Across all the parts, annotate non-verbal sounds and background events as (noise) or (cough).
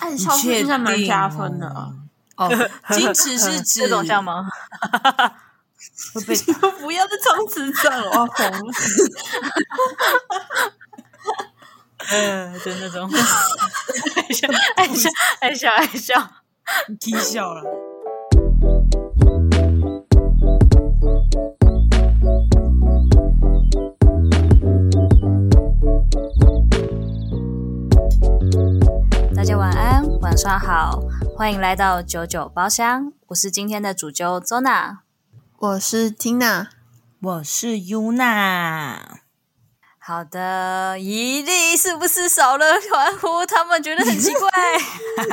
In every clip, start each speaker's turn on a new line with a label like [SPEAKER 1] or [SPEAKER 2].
[SPEAKER 1] 按消费就算蛮加分的啊。
[SPEAKER 2] 哦，
[SPEAKER 3] (laughs)
[SPEAKER 2] 矜持是指
[SPEAKER 3] 这种像
[SPEAKER 2] (laughs)
[SPEAKER 3] 吗？
[SPEAKER 2] 会被
[SPEAKER 1] 你们不要再充值账了，我要疯了。
[SPEAKER 2] 呃的那
[SPEAKER 3] (laughs)
[SPEAKER 2] 种，
[SPEAKER 3] 爱笑，爱笑，爱笑。
[SPEAKER 2] 踢笑了。
[SPEAKER 3] 大家晚安，晚上好，欢迎来到九九包厢，我是今天的主揪 Zona。
[SPEAKER 1] 我是 Tina，
[SPEAKER 2] 我是 Yuna，
[SPEAKER 3] 好的，一定是不是少了欢呼？他们觉得很奇
[SPEAKER 2] (laughs)
[SPEAKER 3] 怪，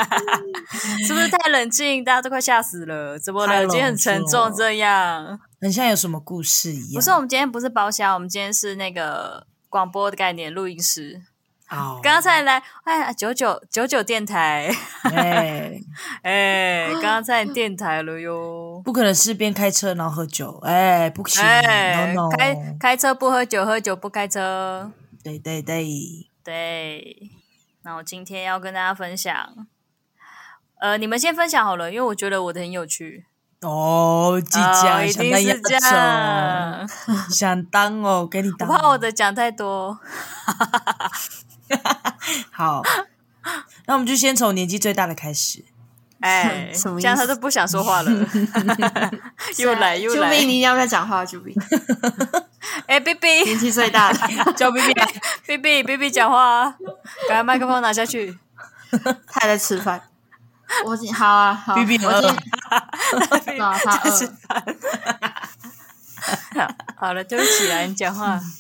[SPEAKER 3] (laughs) 是不是太冷静？大家都快吓死了，怎么
[SPEAKER 2] 太
[SPEAKER 3] 了？
[SPEAKER 2] 冷
[SPEAKER 3] 今天很沉重
[SPEAKER 2] 静了
[SPEAKER 3] 这样？
[SPEAKER 2] 很像有什么故事一样。
[SPEAKER 3] 不是，我们今天不是包厢，我们今天是那个广播的概念，录音室。
[SPEAKER 2] 哦，
[SPEAKER 3] 刚才来，哎，九九九九电台， (laughs)
[SPEAKER 2] 哎，
[SPEAKER 3] 哎，刚才
[SPEAKER 1] 哦
[SPEAKER 3] 电台了哟。
[SPEAKER 2] 不可能是边开车然后喝酒，哎，不行
[SPEAKER 3] 哎，
[SPEAKER 2] ，no no，
[SPEAKER 3] 开开车不喝酒，喝酒不开车。
[SPEAKER 2] 对对对，
[SPEAKER 3] 对，那我今天要跟大家分享，呃，你们先分享好了，因为我觉得我的很有趣。
[SPEAKER 2] 哦，即
[SPEAKER 3] 哦
[SPEAKER 2] 将
[SPEAKER 3] 一
[SPEAKER 2] 想
[SPEAKER 3] 定
[SPEAKER 2] 当
[SPEAKER 3] 是这
[SPEAKER 2] 压
[SPEAKER 3] 样
[SPEAKER 2] 轴，，想当哦，给你
[SPEAKER 3] 我
[SPEAKER 2] 当，
[SPEAKER 3] 怕我的讲太
[SPEAKER 1] (laughs)
[SPEAKER 3] 多。
[SPEAKER 2] 好，那我们就先从年纪最大的开始。
[SPEAKER 3] 哎，
[SPEAKER 1] 什么意思
[SPEAKER 3] 这样他都不想说
[SPEAKER 1] (laughs)
[SPEAKER 3] 话了，又来又
[SPEAKER 1] 救
[SPEAKER 3] 来。
[SPEAKER 1] 命！你一定要再讲话，救命！
[SPEAKER 3] 哎，B B
[SPEAKER 1] (laughs) 年纪
[SPEAKER 3] (laughs)
[SPEAKER 1] 最大
[SPEAKER 2] (laughs)
[SPEAKER 1] 的，
[SPEAKER 2] 叫 B B 来，
[SPEAKER 3] B B B B 讲话啊，赶快麦克风拿下去。 (laughs)
[SPEAKER 1] 他还在吃饭。我今好
[SPEAKER 3] (laughs)
[SPEAKER 1] 啊，好，
[SPEAKER 2] B B 很
[SPEAKER 1] 我今
[SPEAKER 2] 饿
[SPEAKER 1] 天啊他饿，
[SPEAKER 3] 好了，对不起啦，你讲话。
[SPEAKER 2] 嗯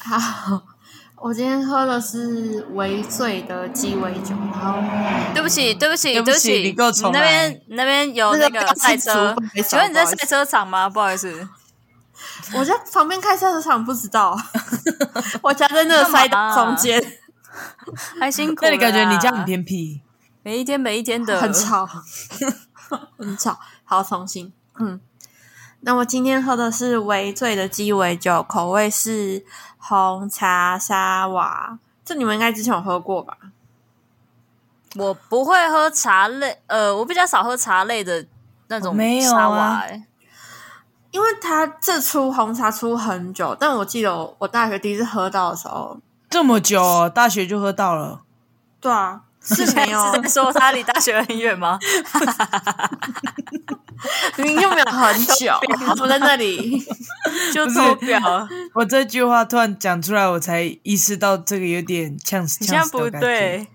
[SPEAKER 1] 好。我今天喝的是微醉的鸡尾酒，然后
[SPEAKER 3] 对不起，对不起，
[SPEAKER 2] 对不
[SPEAKER 3] 不
[SPEAKER 2] 起
[SPEAKER 3] 起，
[SPEAKER 2] 你给我重
[SPEAKER 3] 那
[SPEAKER 2] 来
[SPEAKER 3] 边那边有
[SPEAKER 1] 那个
[SPEAKER 3] 个
[SPEAKER 1] 大
[SPEAKER 3] 赛
[SPEAKER 1] 赤足
[SPEAKER 3] 车
[SPEAKER 1] 不好意，思
[SPEAKER 3] 请问你在
[SPEAKER 1] 啊不好意
[SPEAKER 3] 赛车场吗？不好意思，
[SPEAKER 1] 我在旁边开赛车场，不知道，啊
[SPEAKER 3] (laughs)
[SPEAKER 1] 我夹在那个
[SPEAKER 3] 啊
[SPEAKER 1] 赛道中间，
[SPEAKER 3] 还辛苦。
[SPEAKER 2] 那你感觉你这样很，偏僻？
[SPEAKER 3] 每一天每一天的
[SPEAKER 1] 很。 (laughs) 吵，很吵。好，重新，嗯。那我今天喝的是微醉的鸡尾酒，口味是红茶沙瓦，这你们应该之前有喝过吧？
[SPEAKER 3] 我不会喝茶类，呃，我比较少喝茶类的那种
[SPEAKER 2] 没有啊
[SPEAKER 3] 沙瓦、欸
[SPEAKER 1] 因为它这出红茶出很久，但我记得我我大学第一次喝到的时候，
[SPEAKER 2] 这么久哦、大学就喝到了，
[SPEAKER 1] 对啊，是没有，
[SPEAKER 3] 是在说它离大学很远吗？
[SPEAKER 1] 明明就没有很 (laughs) 久，我在那里，
[SPEAKER 3] 就
[SPEAKER 2] 不是
[SPEAKER 3] 偷表，
[SPEAKER 2] 我这句话突然讲出来，我才意识到这个有点呛死，
[SPEAKER 3] 你现在
[SPEAKER 2] 呛死
[SPEAKER 3] 不
[SPEAKER 2] 的感觉。
[SPEAKER 3] 对。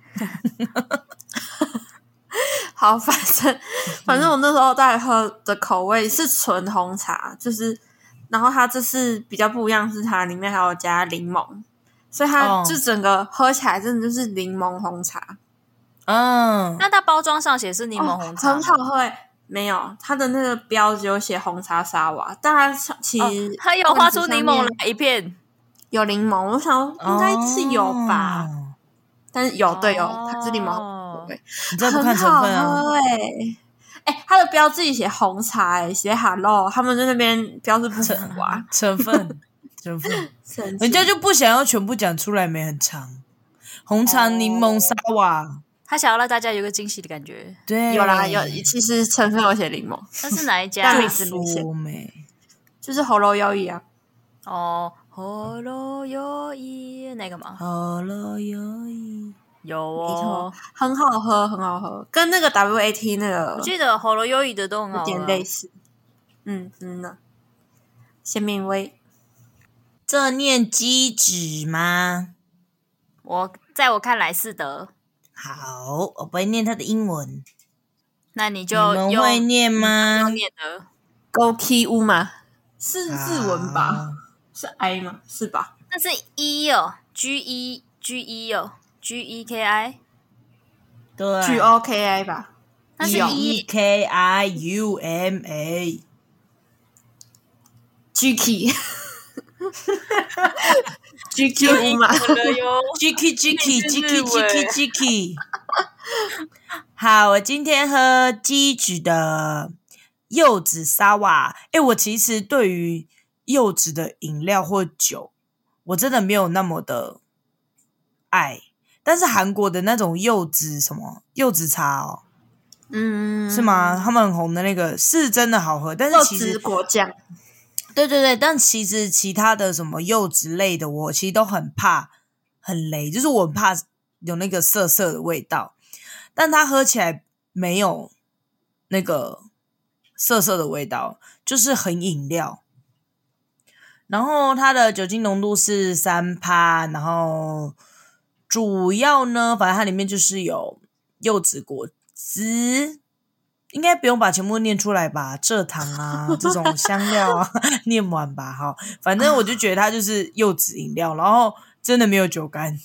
[SPEAKER 1] 好，反正反
[SPEAKER 3] 嗯
[SPEAKER 1] 正我那时候在喝的口味是纯红茶，就是，然后它这次比较不一样，是它里面还有加柠檬，所以它
[SPEAKER 2] 哦
[SPEAKER 1] 就整个喝起来真的就是柠檬红茶，
[SPEAKER 2] 嗯，
[SPEAKER 3] 那它包装上写是柠檬红茶
[SPEAKER 1] 哦
[SPEAKER 3] 吗，
[SPEAKER 1] 很好喝、欸。没有，它的那个标只有写红茶沙瓦，但它其
[SPEAKER 3] 哦
[SPEAKER 1] 实、
[SPEAKER 3] 它有画出柠檬来一片，
[SPEAKER 1] 有柠檬，我想说应该是有吧，
[SPEAKER 2] 哦
[SPEAKER 1] 但是有对有，
[SPEAKER 3] 哦
[SPEAKER 1] 它是柠檬口味，
[SPEAKER 2] 你再
[SPEAKER 1] 很
[SPEAKER 2] 不看成
[SPEAKER 1] 好
[SPEAKER 2] 分啊？
[SPEAKER 1] 喝哎、哎、它的标志写红茶、欸，写 hello，他们在那边标志不符
[SPEAKER 2] (laughs)
[SPEAKER 1] 啊，
[SPEAKER 2] 成
[SPEAKER 1] (laughs)
[SPEAKER 2] 分，成分，
[SPEAKER 1] 神
[SPEAKER 2] 人
[SPEAKER 1] 奇
[SPEAKER 2] 家就不想要全部讲出来，没很长。红茶、
[SPEAKER 3] 哦
[SPEAKER 2] 柠檬、沙瓦，
[SPEAKER 3] 它想要让大家有一个惊喜的感觉。
[SPEAKER 2] 对，
[SPEAKER 1] 有啦有，其实成分有写柠檬，
[SPEAKER 3] 那是哪一家？
[SPEAKER 1] 但
[SPEAKER 2] 最
[SPEAKER 1] 名字明显
[SPEAKER 2] 酥美。
[SPEAKER 1] 就是喉咙优一啊，
[SPEAKER 3] 哦，喉咙有一那个吗？
[SPEAKER 2] 好了，有一
[SPEAKER 3] 有
[SPEAKER 1] 没错
[SPEAKER 3] 哦，，
[SPEAKER 1] 很好喝，很好喝，跟那个 WAT 那个
[SPEAKER 3] 我记得喉咙有一的都很好啊
[SPEAKER 1] 有点
[SPEAKER 3] 喝
[SPEAKER 1] 类似，嗯嗯呢，鲜明味，
[SPEAKER 2] 这念基址吗？
[SPEAKER 3] 我在我看来是的，
[SPEAKER 2] 好，我不会念它的英文，
[SPEAKER 3] 那你就
[SPEAKER 2] 你们
[SPEAKER 3] 用
[SPEAKER 2] 会念吗？
[SPEAKER 3] 用念的。
[SPEAKER 1] 枸杞乌嘛，是
[SPEAKER 2] 啊
[SPEAKER 1] 日文吧？是 I 吗？是吧？
[SPEAKER 3] 那是一哦，G 一 G 一哦，G E K I，
[SPEAKER 2] 对
[SPEAKER 1] 举 OKI 吧，
[SPEAKER 3] 那是
[SPEAKER 1] E 哦
[SPEAKER 2] E
[SPEAKER 3] 一
[SPEAKER 2] K I U M A，
[SPEAKER 1] g k (laughs) g k 乌嘛，
[SPEAKER 3] 了哟。
[SPEAKER 2] Jiki Jiki
[SPEAKER 3] 是
[SPEAKER 2] Jiki
[SPEAKER 3] 日文
[SPEAKER 2] Jiki Jiki。好，我今天喝基举的柚子沙瓦。哎，我其实对于柚子的饮料或酒，我真的没有那么的爱。但是韩国的那种柚子什么柚子茶哦，
[SPEAKER 1] 嗯，
[SPEAKER 2] 是？吗？他们很红的那个是真的好喝，但
[SPEAKER 1] 豆
[SPEAKER 2] 是其
[SPEAKER 1] 汁
[SPEAKER 2] 实
[SPEAKER 1] 果酱，
[SPEAKER 2] 对对对，但其实其他的什么柚子类的，我其实都很怕很雷，就是我很怕有那个涩涩的味道，但它喝起来没有那个涩涩的味道，就是很饮料。然后它的酒精浓度是三趴，然后主要呢，反正它里面就是有柚子果汁，应该不用把全部念出来吧？蔗糖啊，这种香料啊，念完吧。好，反正我就觉得它就是柚子饮料，然后真的没有酒感。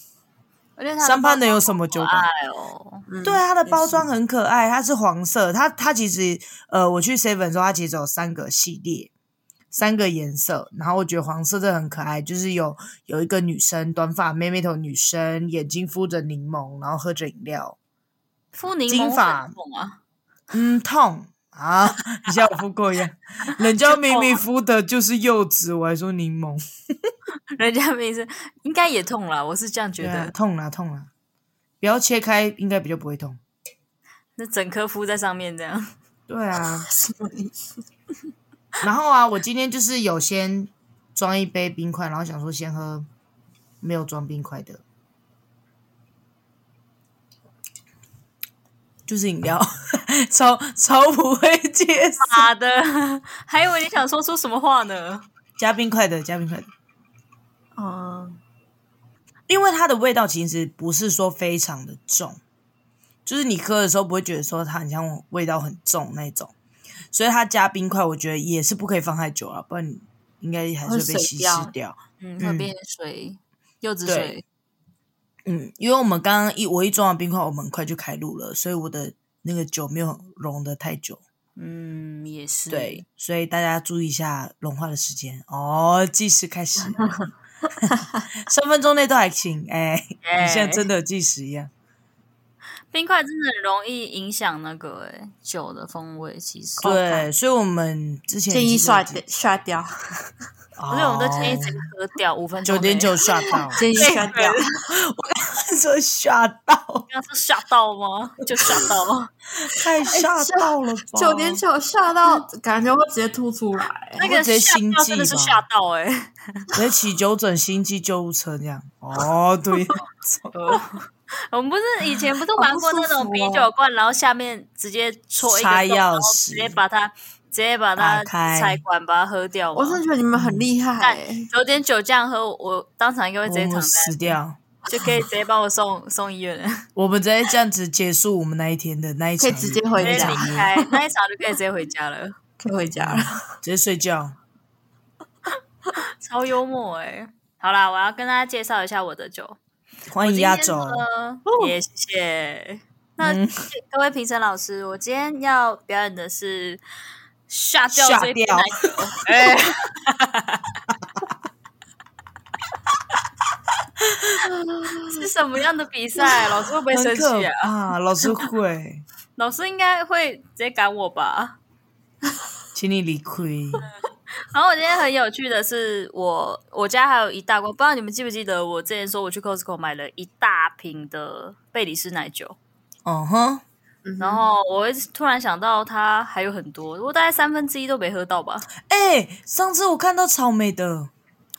[SPEAKER 3] 而且它
[SPEAKER 2] 三
[SPEAKER 3] 包
[SPEAKER 2] 胖能有什么酒
[SPEAKER 3] 装
[SPEAKER 2] 感？
[SPEAKER 3] 爱哦，
[SPEAKER 1] 嗯
[SPEAKER 2] 对，啊，它的包装很可爱，它是黄色，它它其实呃，我去 seven 的时候，它其实有三个系列，三个颜色，然后我觉得黄色真的很可爱，就是有有一个女生短发妹妹头女生，眼睛敷着柠檬，然后喝着饮料，
[SPEAKER 3] 敷柠
[SPEAKER 2] 金
[SPEAKER 3] 檬
[SPEAKER 2] 发
[SPEAKER 3] 粉痛啊，
[SPEAKER 2] 嗯，痛啊，你像我敷过一样，人家
[SPEAKER 3] 就痛
[SPEAKER 2] 明明
[SPEAKER 3] 啊
[SPEAKER 2] 敷的就是柚子，我还说柠檬，
[SPEAKER 3] 人家没事，应该也痛啦，我是这样觉
[SPEAKER 2] 对啊
[SPEAKER 3] 得。
[SPEAKER 2] 痛啦痛啦，不要切开，应该比较不会痛。
[SPEAKER 3] 那整颗敷在上面这样，
[SPEAKER 2] 对 (laughs) 啊，
[SPEAKER 1] 什么意思？
[SPEAKER 2] 然后啊，我今天就是有先装一杯冰块，然后想说先喝没有装冰块的，就是饮料， (laughs) 超超不会接受
[SPEAKER 3] (laughs) 妈的， (laughs) 还以为你想说出什么话呢？
[SPEAKER 2] 加冰块的，加冰块的，
[SPEAKER 1] 嗯，
[SPEAKER 2] 因为它的味道其实不是说非常的重，就是你喝的时候不会觉得说它很像味道很重那种，所以它加冰块，我觉得也是不可以放太久了，不然你应该还
[SPEAKER 1] 会
[SPEAKER 2] 是
[SPEAKER 1] 水
[SPEAKER 2] 被稀
[SPEAKER 1] 掉
[SPEAKER 2] 释掉。
[SPEAKER 3] 嗯，会
[SPEAKER 2] 嗯
[SPEAKER 3] 变水，柚子
[SPEAKER 2] 对
[SPEAKER 3] 水，
[SPEAKER 2] 嗯，因为我们刚刚一我一装完冰块，我们很快就开录了，所以我的那个酒没有融的太久，
[SPEAKER 3] 嗯，也是，
[SPEAKER 2] 对，所以大家注意一下融化的时间哦。计时开始，
[SPEAKER 1] (laughs)
[SPEAKER 2] 三分钟内都还行，哎、
[SPEAKER 3] 哎，
[SPEAKER 2] 你现在真的有计时一样。
[SPEAKER 3] 冰块真的很容易影响那个哎、酒的风味，其实。
[SPEAKER 2] 对，所以我们之前
[SPEAKER 1] 建
[SPEAKER 2] 其
[SPEAKER 1] 议
[SPEAKER 2] 实
[SPEAKER 1] 刷
[SPEAKER 2] 有提
[SPEAKER 1] 掉，刷掉，
[SPEAKER 2] 哦、
[SPEAKER 3] 不是，我们都建议直接喝掉五分钟
[SPEAKER 2] 九
[SPEAKER 3] 内。
[SPEAKER 2] 点九刷到，
[SPEAKER 1] 建议刷掉。
[SPEAKER 2] 说刷
[SPEAKER 3] (laughs)
[SPEAKER 2] 到，
[SPEAKER 3] 刚刚是吓到吗？就吓到
[SPEAKER 2] (laughs)
[SPEAKER 3] 吗？
[SPEAKER 2] 太吓到了吧？
[SPEAKER 1] 九点九吓到，感觉会直接吐出来。
[SPEAKER 3] 那个
[SPEAKER 2] 直接
[SPEAKER 3] 吓
[SPEAKER 2] 心
[SPEAKER 3] 到
[SPEAKER 2] 悸
[SPEAKER 3] 真的是
[SPEAKER 2] 吧
[SPEAKER 3] 吓到哎、
[SPEAKER 2] 直接起九诊心悸救护车这样。哦，对，
[SPEAKER 3] 我们不是以前不是玩过那
[SPEAKER 1] 好
[SPEAKER 3] 种
[SPEAKER 1] 不舒
[SPEAKER 3] 啤
[SPEAKER 1] 服哦
[SPEAKER 3] 酒罐，然后下面直接戳一个
[SPEAKER 2] 插
[SPEAKER 3] 洞，然
[SPEAKER 2] 钥
[SPEAKER 3] 后
[SPEAKER 2] 匙
[SPEAKER 3] 直接把它直接把
[SPEAKER 2] 打
[SPEAKER 3] 它
[SPEAKER 2] 开
[SPEAKER 3] 拆管，把它喝掉吗。
[SPEAKER 1] 我真的觉得你们很厉害、欸，
[SPEAKER 3] 九点九这样喝，我当场应该会直接
[SPEAKER 2] 我
[SPEAKER 3] 躺
[SPEAKER 2] 们
[SPEAKER 3] 在，
[SPEAKER 2] 死掉。
[SPEAKER 3] 就可以直接把我送送医院了，
[SPEAKER 2] 我们直接这样子结束我们那一天的那一
[SPEAKER 1] 可
[SPEAKER 2] 场约，
[SPEAKER 1] 以直接回
[SPEAKER 3] 直接
[SPEAKER 1] 家
[SPEAKER 3] 离开那一场就可以直接回家了，
[SPEAKER 1] 可以回家了。
[SPEAKER 2] 直接睡觉。
[SPEAKER 3] 超幽默哎、好啦，我要跟大家介绍一下我的酒，
[SPEAKER 2] 欢迎压轴，
[SPEAKER 3] 我今天呢也谢谢。那
[SPEAKER 2] 嗯
[SPEAKER 3] 各位评审老师，我今天要表演的是下掉
[SPEAKER 2] 吓
[SPEAKER 3] 这杯
[SPEAKER 2] 掉
[SPEAKER 3] 奶
[SPEAKER 2] (laughs)
[SPEAKER 3] 酒，哎， (laughs) 是什么样的比赛？老师会不会生
[SPEAKER 2] 很可
[SPEAKER 3] 气啊？
[SPEAKER 2] 怕，老师会，
[SPEAKER 3] 老师应该会直接赶我吧？
[SPEAKER 2] 请你离开。
[SPEAKER 3] 然后我今天很有趣的是，我我家还有一大罐，不知道你们记不记得我之前说我去 Costco 买了一大瓶的贝里斯奶酒，
[SPEAKER 2] 哦哼，
[SPEAKER 1] 嗯
[SPEAKER 3] 然后我会突然想到它还有很多，我大概三分之一都没喝到吧。
[SPEAKER 2] 哎，上次我看到草莓的，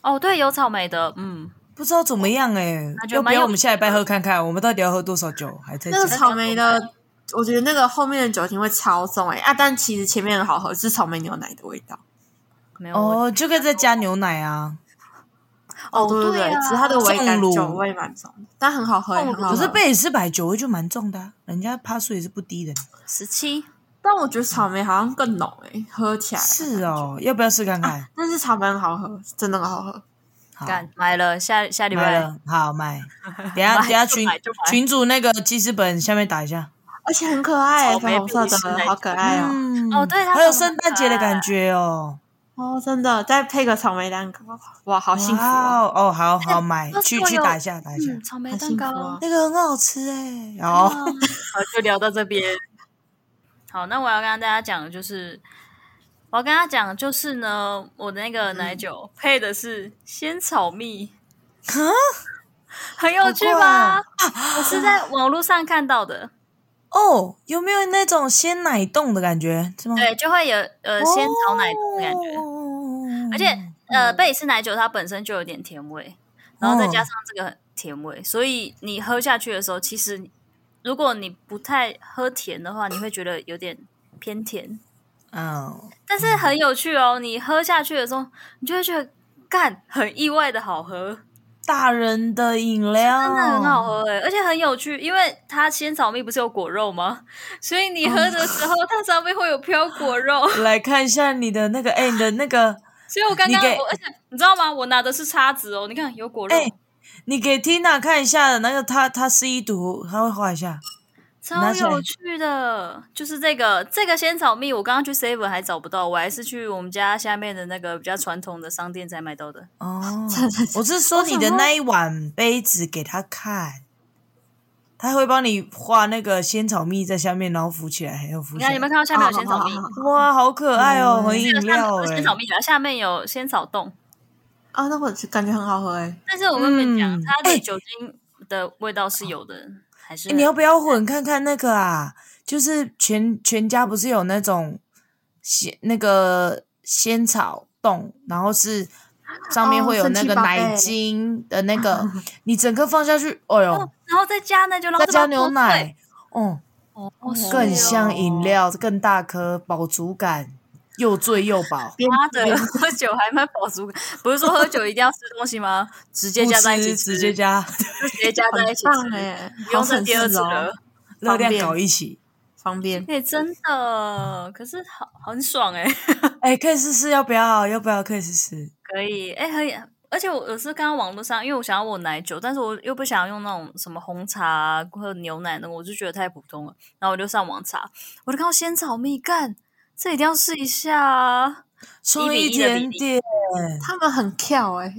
[SPEAKER 3] 哦，对，有草莓的，嗯，
[SPEAKER 2] 不知道怎么样哎
[SPEAKER 3] 那，就
[SPEAKER 2] 要不
[SPEAKER 3] 蛮有
[SPEAKER 2] 要我们下礼拜喝看看？我们到底要喝多少酒？还在
[SPEAKER 1] 那个
[SPEAKER 2] 讲，
[SPEAKER 1] 草莓的，我觉得那个后面的酒精会超重哎、啊！但其实前面很好喝，是草莓牛奶的味道。
[SPEAKER 3] 没有。我
[SPEAKER 2] 哦，就可以再加牛奶啊。
[SPEAKER 3] 哦
[SPEAKER 1] 对
[SPEAKER 3] 对啊
[SPEAKER 1] 只是它的微感
[SPEAKER 2] 重乳
[SPEAKER 1] 酒味蛮重的，但很好喝，
[SPEAKER 3] 重乳
[SPEAKER 1] 很好喝。
[SPEAKER 2] 哦可是贝里斯白酒味就蛮重的啊，人家趴数也是不低的。
[SPEAKER 3] 十七，
[SPEAKER 1] 但我觉得草莓好像更浓哎、喝起来。
[SPEAKER 2] 是哦，要不要试看看？
[SPEAKER 1] 但是草莓很好喝，真的很好喝。
[SPEAKER 2] 好。
[SPEAKER 3] 啊干买了，下下礼
[SPEAKER 2] 买
[SPEAKER 3] 拜
[SPEAKER 2] 了，好买。
[SPEAKER 3] (laughs)
[SPEAKER 2] 等下
[SPEAKER 3] 买
[SPEAKER 2] 等下
[SPEAKER 3] 就
[SPEAKER 2] 群
[SPEAKER 3] 买就买
[SPEAKER 2] 群主那个记事本下面打一下。
[SPEAKER 1] 而且很可爱、
[SPEAKER 3] 草莓
[SPEAKER 1] 粉红色
[SPEAKER 3] 比利时奶
[SPEAKER 1] 的，
[SPEAKER 3] 酒
[SPEAKER 1] 好可爱哦！
[SPEAKER 2] 嗯
[SPEAKER 3] 哦对它
[SPEAKER 2] 还有
[SPEAKER 3] 长得
[SPEAKER 2] 圣诞节的感觉哦。
[SPEAKER 1] 哦，真的，再配个草莓蛋糕，哇，好幸福
[SPEAKER 2] 哇
[SPEAKER 1] 哦！
[SPEAKER 2] 哦！哦，好好
[SPEAKER 3] (laughs)
[SPEAKER 2] 买
[SPEAKER 3] 那，
[SPEAKER 2] 去
[SPEAKER 3] 如果
[SPEAKER 2] 去
[SPEAKER 3] 有
[SPEAKER 2] 打一下打一下，
[SPEAKER 3] 嗯，草莓
[SPEAKER 1] 好
[SPEAKER 3] 蛋
[SPEAKER 1] 幸福
[SPEAKER 3] 糕。
[SPEAKER 1] 哦！
[SPEAKER 2] 那个很好吃哎。哦，
[SPEAKER 3] 好，就聊到这边。好，那我要跟大家讲的就是，我要跟大家讲的就是
[SPEAKER 2] 嗯
[SPEAKER 3] 呢，我的那个奶酒配的是仙草蜜。 (laughs) 很有趣吧？我是在网络上看到的，
[SPEAKER 2] 哦，有没有那种鲜奶冻的感觉？是吗？
[SPEAKER 3] 对，就会有呃鲜草奶冻的感觉，
[SPEAKER 2] 哦
[SPEAKER 3] 而且呃贝里斯奶酒它本身就有点甜味，然后再
[SPEAKER 2] 哦
[SPEAKER 3] 加上这个甜味，所以你喝下去的时候，其实如果你不太喝甜的话，你会觉得有点偏甜，
[SPEAKER 2] 嗯，
[SPEAKER 3] 但是很有趣哦。你喝下去的时候，你就会觉得干很意外的好喝。
[SPEAKER 2] 大人的饮料
[SPEAKER 3] 真的很好，
[SPEAKER 2] 哦
[SPEAKER 3] 喝哎、而且很有趣，因为它仙草蜜不是有果肉吗？所以你喝
[SPEAKER 2] 哦
[SPEAKER 3] 的时候，它上面会有飘果
[SPEAKER 2] (laughs)
[SPEAKER 3] 肉。
[SPEAKER 2] 来看一下你的那个，哎、你的那个，
[SPEAKER 3] 所以我刚
[SPEAKER 2] 你
[SPEAKER 3] 刚，
[SPEAKER 2] 给
[SPEAKER 3] 我而且你知道吗？我拿的是叉子哦，你看有果肉，
[SPEAKER 2] 哎你给 Tina 看一下的那个，它它是一毒，它会画一下。
[SPEAKER 3] 超有趣的。就是这个这个仙草蜜，我刚刚去 Seven 还找不到，我还是去我们家下面的那个比较传统的商店才买到的。
[SPEAKER 2] 哦
[SPEAKER 1] 真的，
[SPEAKER 2] 我是说你的那一碗杯子给他看，他会帮你画那个仙草蜜在下面，然后浮起来，还有浮
[SPEAKER 3] 你
[SPEAKER 2] 起
[SPEAKER 3] 看有没
[SPEAKER 2] 来
[SPEAKER 3] 有。看到下面有仙草蜜？
[SPEAKER 1] 哦好好好
[SPEAKER 2] 哇，好可爱哦，
[SPEAKER 1] 嗯
[SPEAKER 2] 很饮
[SPEAKER 3] 这个上面
[SPEAKER 2] 料
[SPEAKER 3] 不是
[SPEAKER 2] 哎
[SPEAKER 3] 仙。草蜜啊，下面有仙草冻。
[SPEAKER 1] 啊，那我感觉很好喝哎，
[SPEAKER 3] 但是我跟你们讲，
[SPEAKER 2] 嗯
[SPEAKER 3] 它的
[SPEAKER 2] 哎
[SPEAKER 3] 酒精的味道是有的，还是
[SPEAKER 2] 哎你要不要混看看那个啊？就是全全家不是有那种仙那个仙草冻，然后是上面
[SPEAKER 1] 哦
[SPEAKER 2] 会有那
[SPEAKER 1] 神
[SPEAKER 2] 个
[SPEAKER 1] 奇宝贝
[SPEAKER 2] 奶精的那
[SPEAKER 3] (laughs)
[SPEAKER 2] 个，你整个放下去，哎呦
[SPEAKER 3] 哦，，然后再加那就让
[SPEAKER 2] 再
[SPEAKER 3] 它
[SPEAKER 2] 加
[SPEAKER 3] 脱
[SPEAKER 2] 牛
[SPEAKER 3] 水
[SPEAKER 2] 奶，哦。
[SPEAKER 3] 哦，
[SPEAKER 2] 更
[SPEAKER 3] 是哦
[SPEAKER 2] 像饮。料，更大颗，饱足感，又醉又饱。
[SPEAKER 3] 妈的，喝酒还蛮饱足感，不是说喝酒一定要吃东西吗？直接
[SPEAKER 2] 不
[SPEAKER 3] 加在一起
[SPEAKER 2] 吃
[SPEAKER 3] 吃，
[SPEAKER 2] 直接加欸
[SPEAKER 3] 直接加在一起
[SPEAKER 1] 棒
[SPEAKER 3] 吃，
[SPEAKER 1] 哎，
[SPEAKER 3] 不
[SPEAKER 1] 好
[SPEAKER 3] 用再
[SPEAKER 1] 省
[SPEAKER 3] 第二次
[SPEAKER 1] 事
[SPEAKER 3] 了
[SPEAKER 1] 哦，。
[SPEAKER 2] 热
[SPEAKER 1] 方便
[SPEAKER 2] 量搞一起。
[SPEAKER 1] 方便。
[SPEAKER 3] 哎、真的，可是好很爽哎、
[SPEAKER 2] 哎、可以试试，要不要？要不要？可以试试。
[SPEAKER 3] (laughs) 可以哎、很，而且我我是刚刚网络上，因为我想要我奶酒，但是我又不想要用那种什么红茶、啊、或者牛奶那个，我就觉得太普通了，然后我就上网查，我就看到仙草蜜干，这一定要试一下啊！
[SPEAKER 2] 创
[SPEAKER 3] 比
[SPEAKER 2] 意
[SPEAKER 3] 一的
[SPEAKER 2] 甜
[SPEAKER 3] 比例
[SPEAKER 2] 点，
[SPEAKER 1] 他们很跳哎，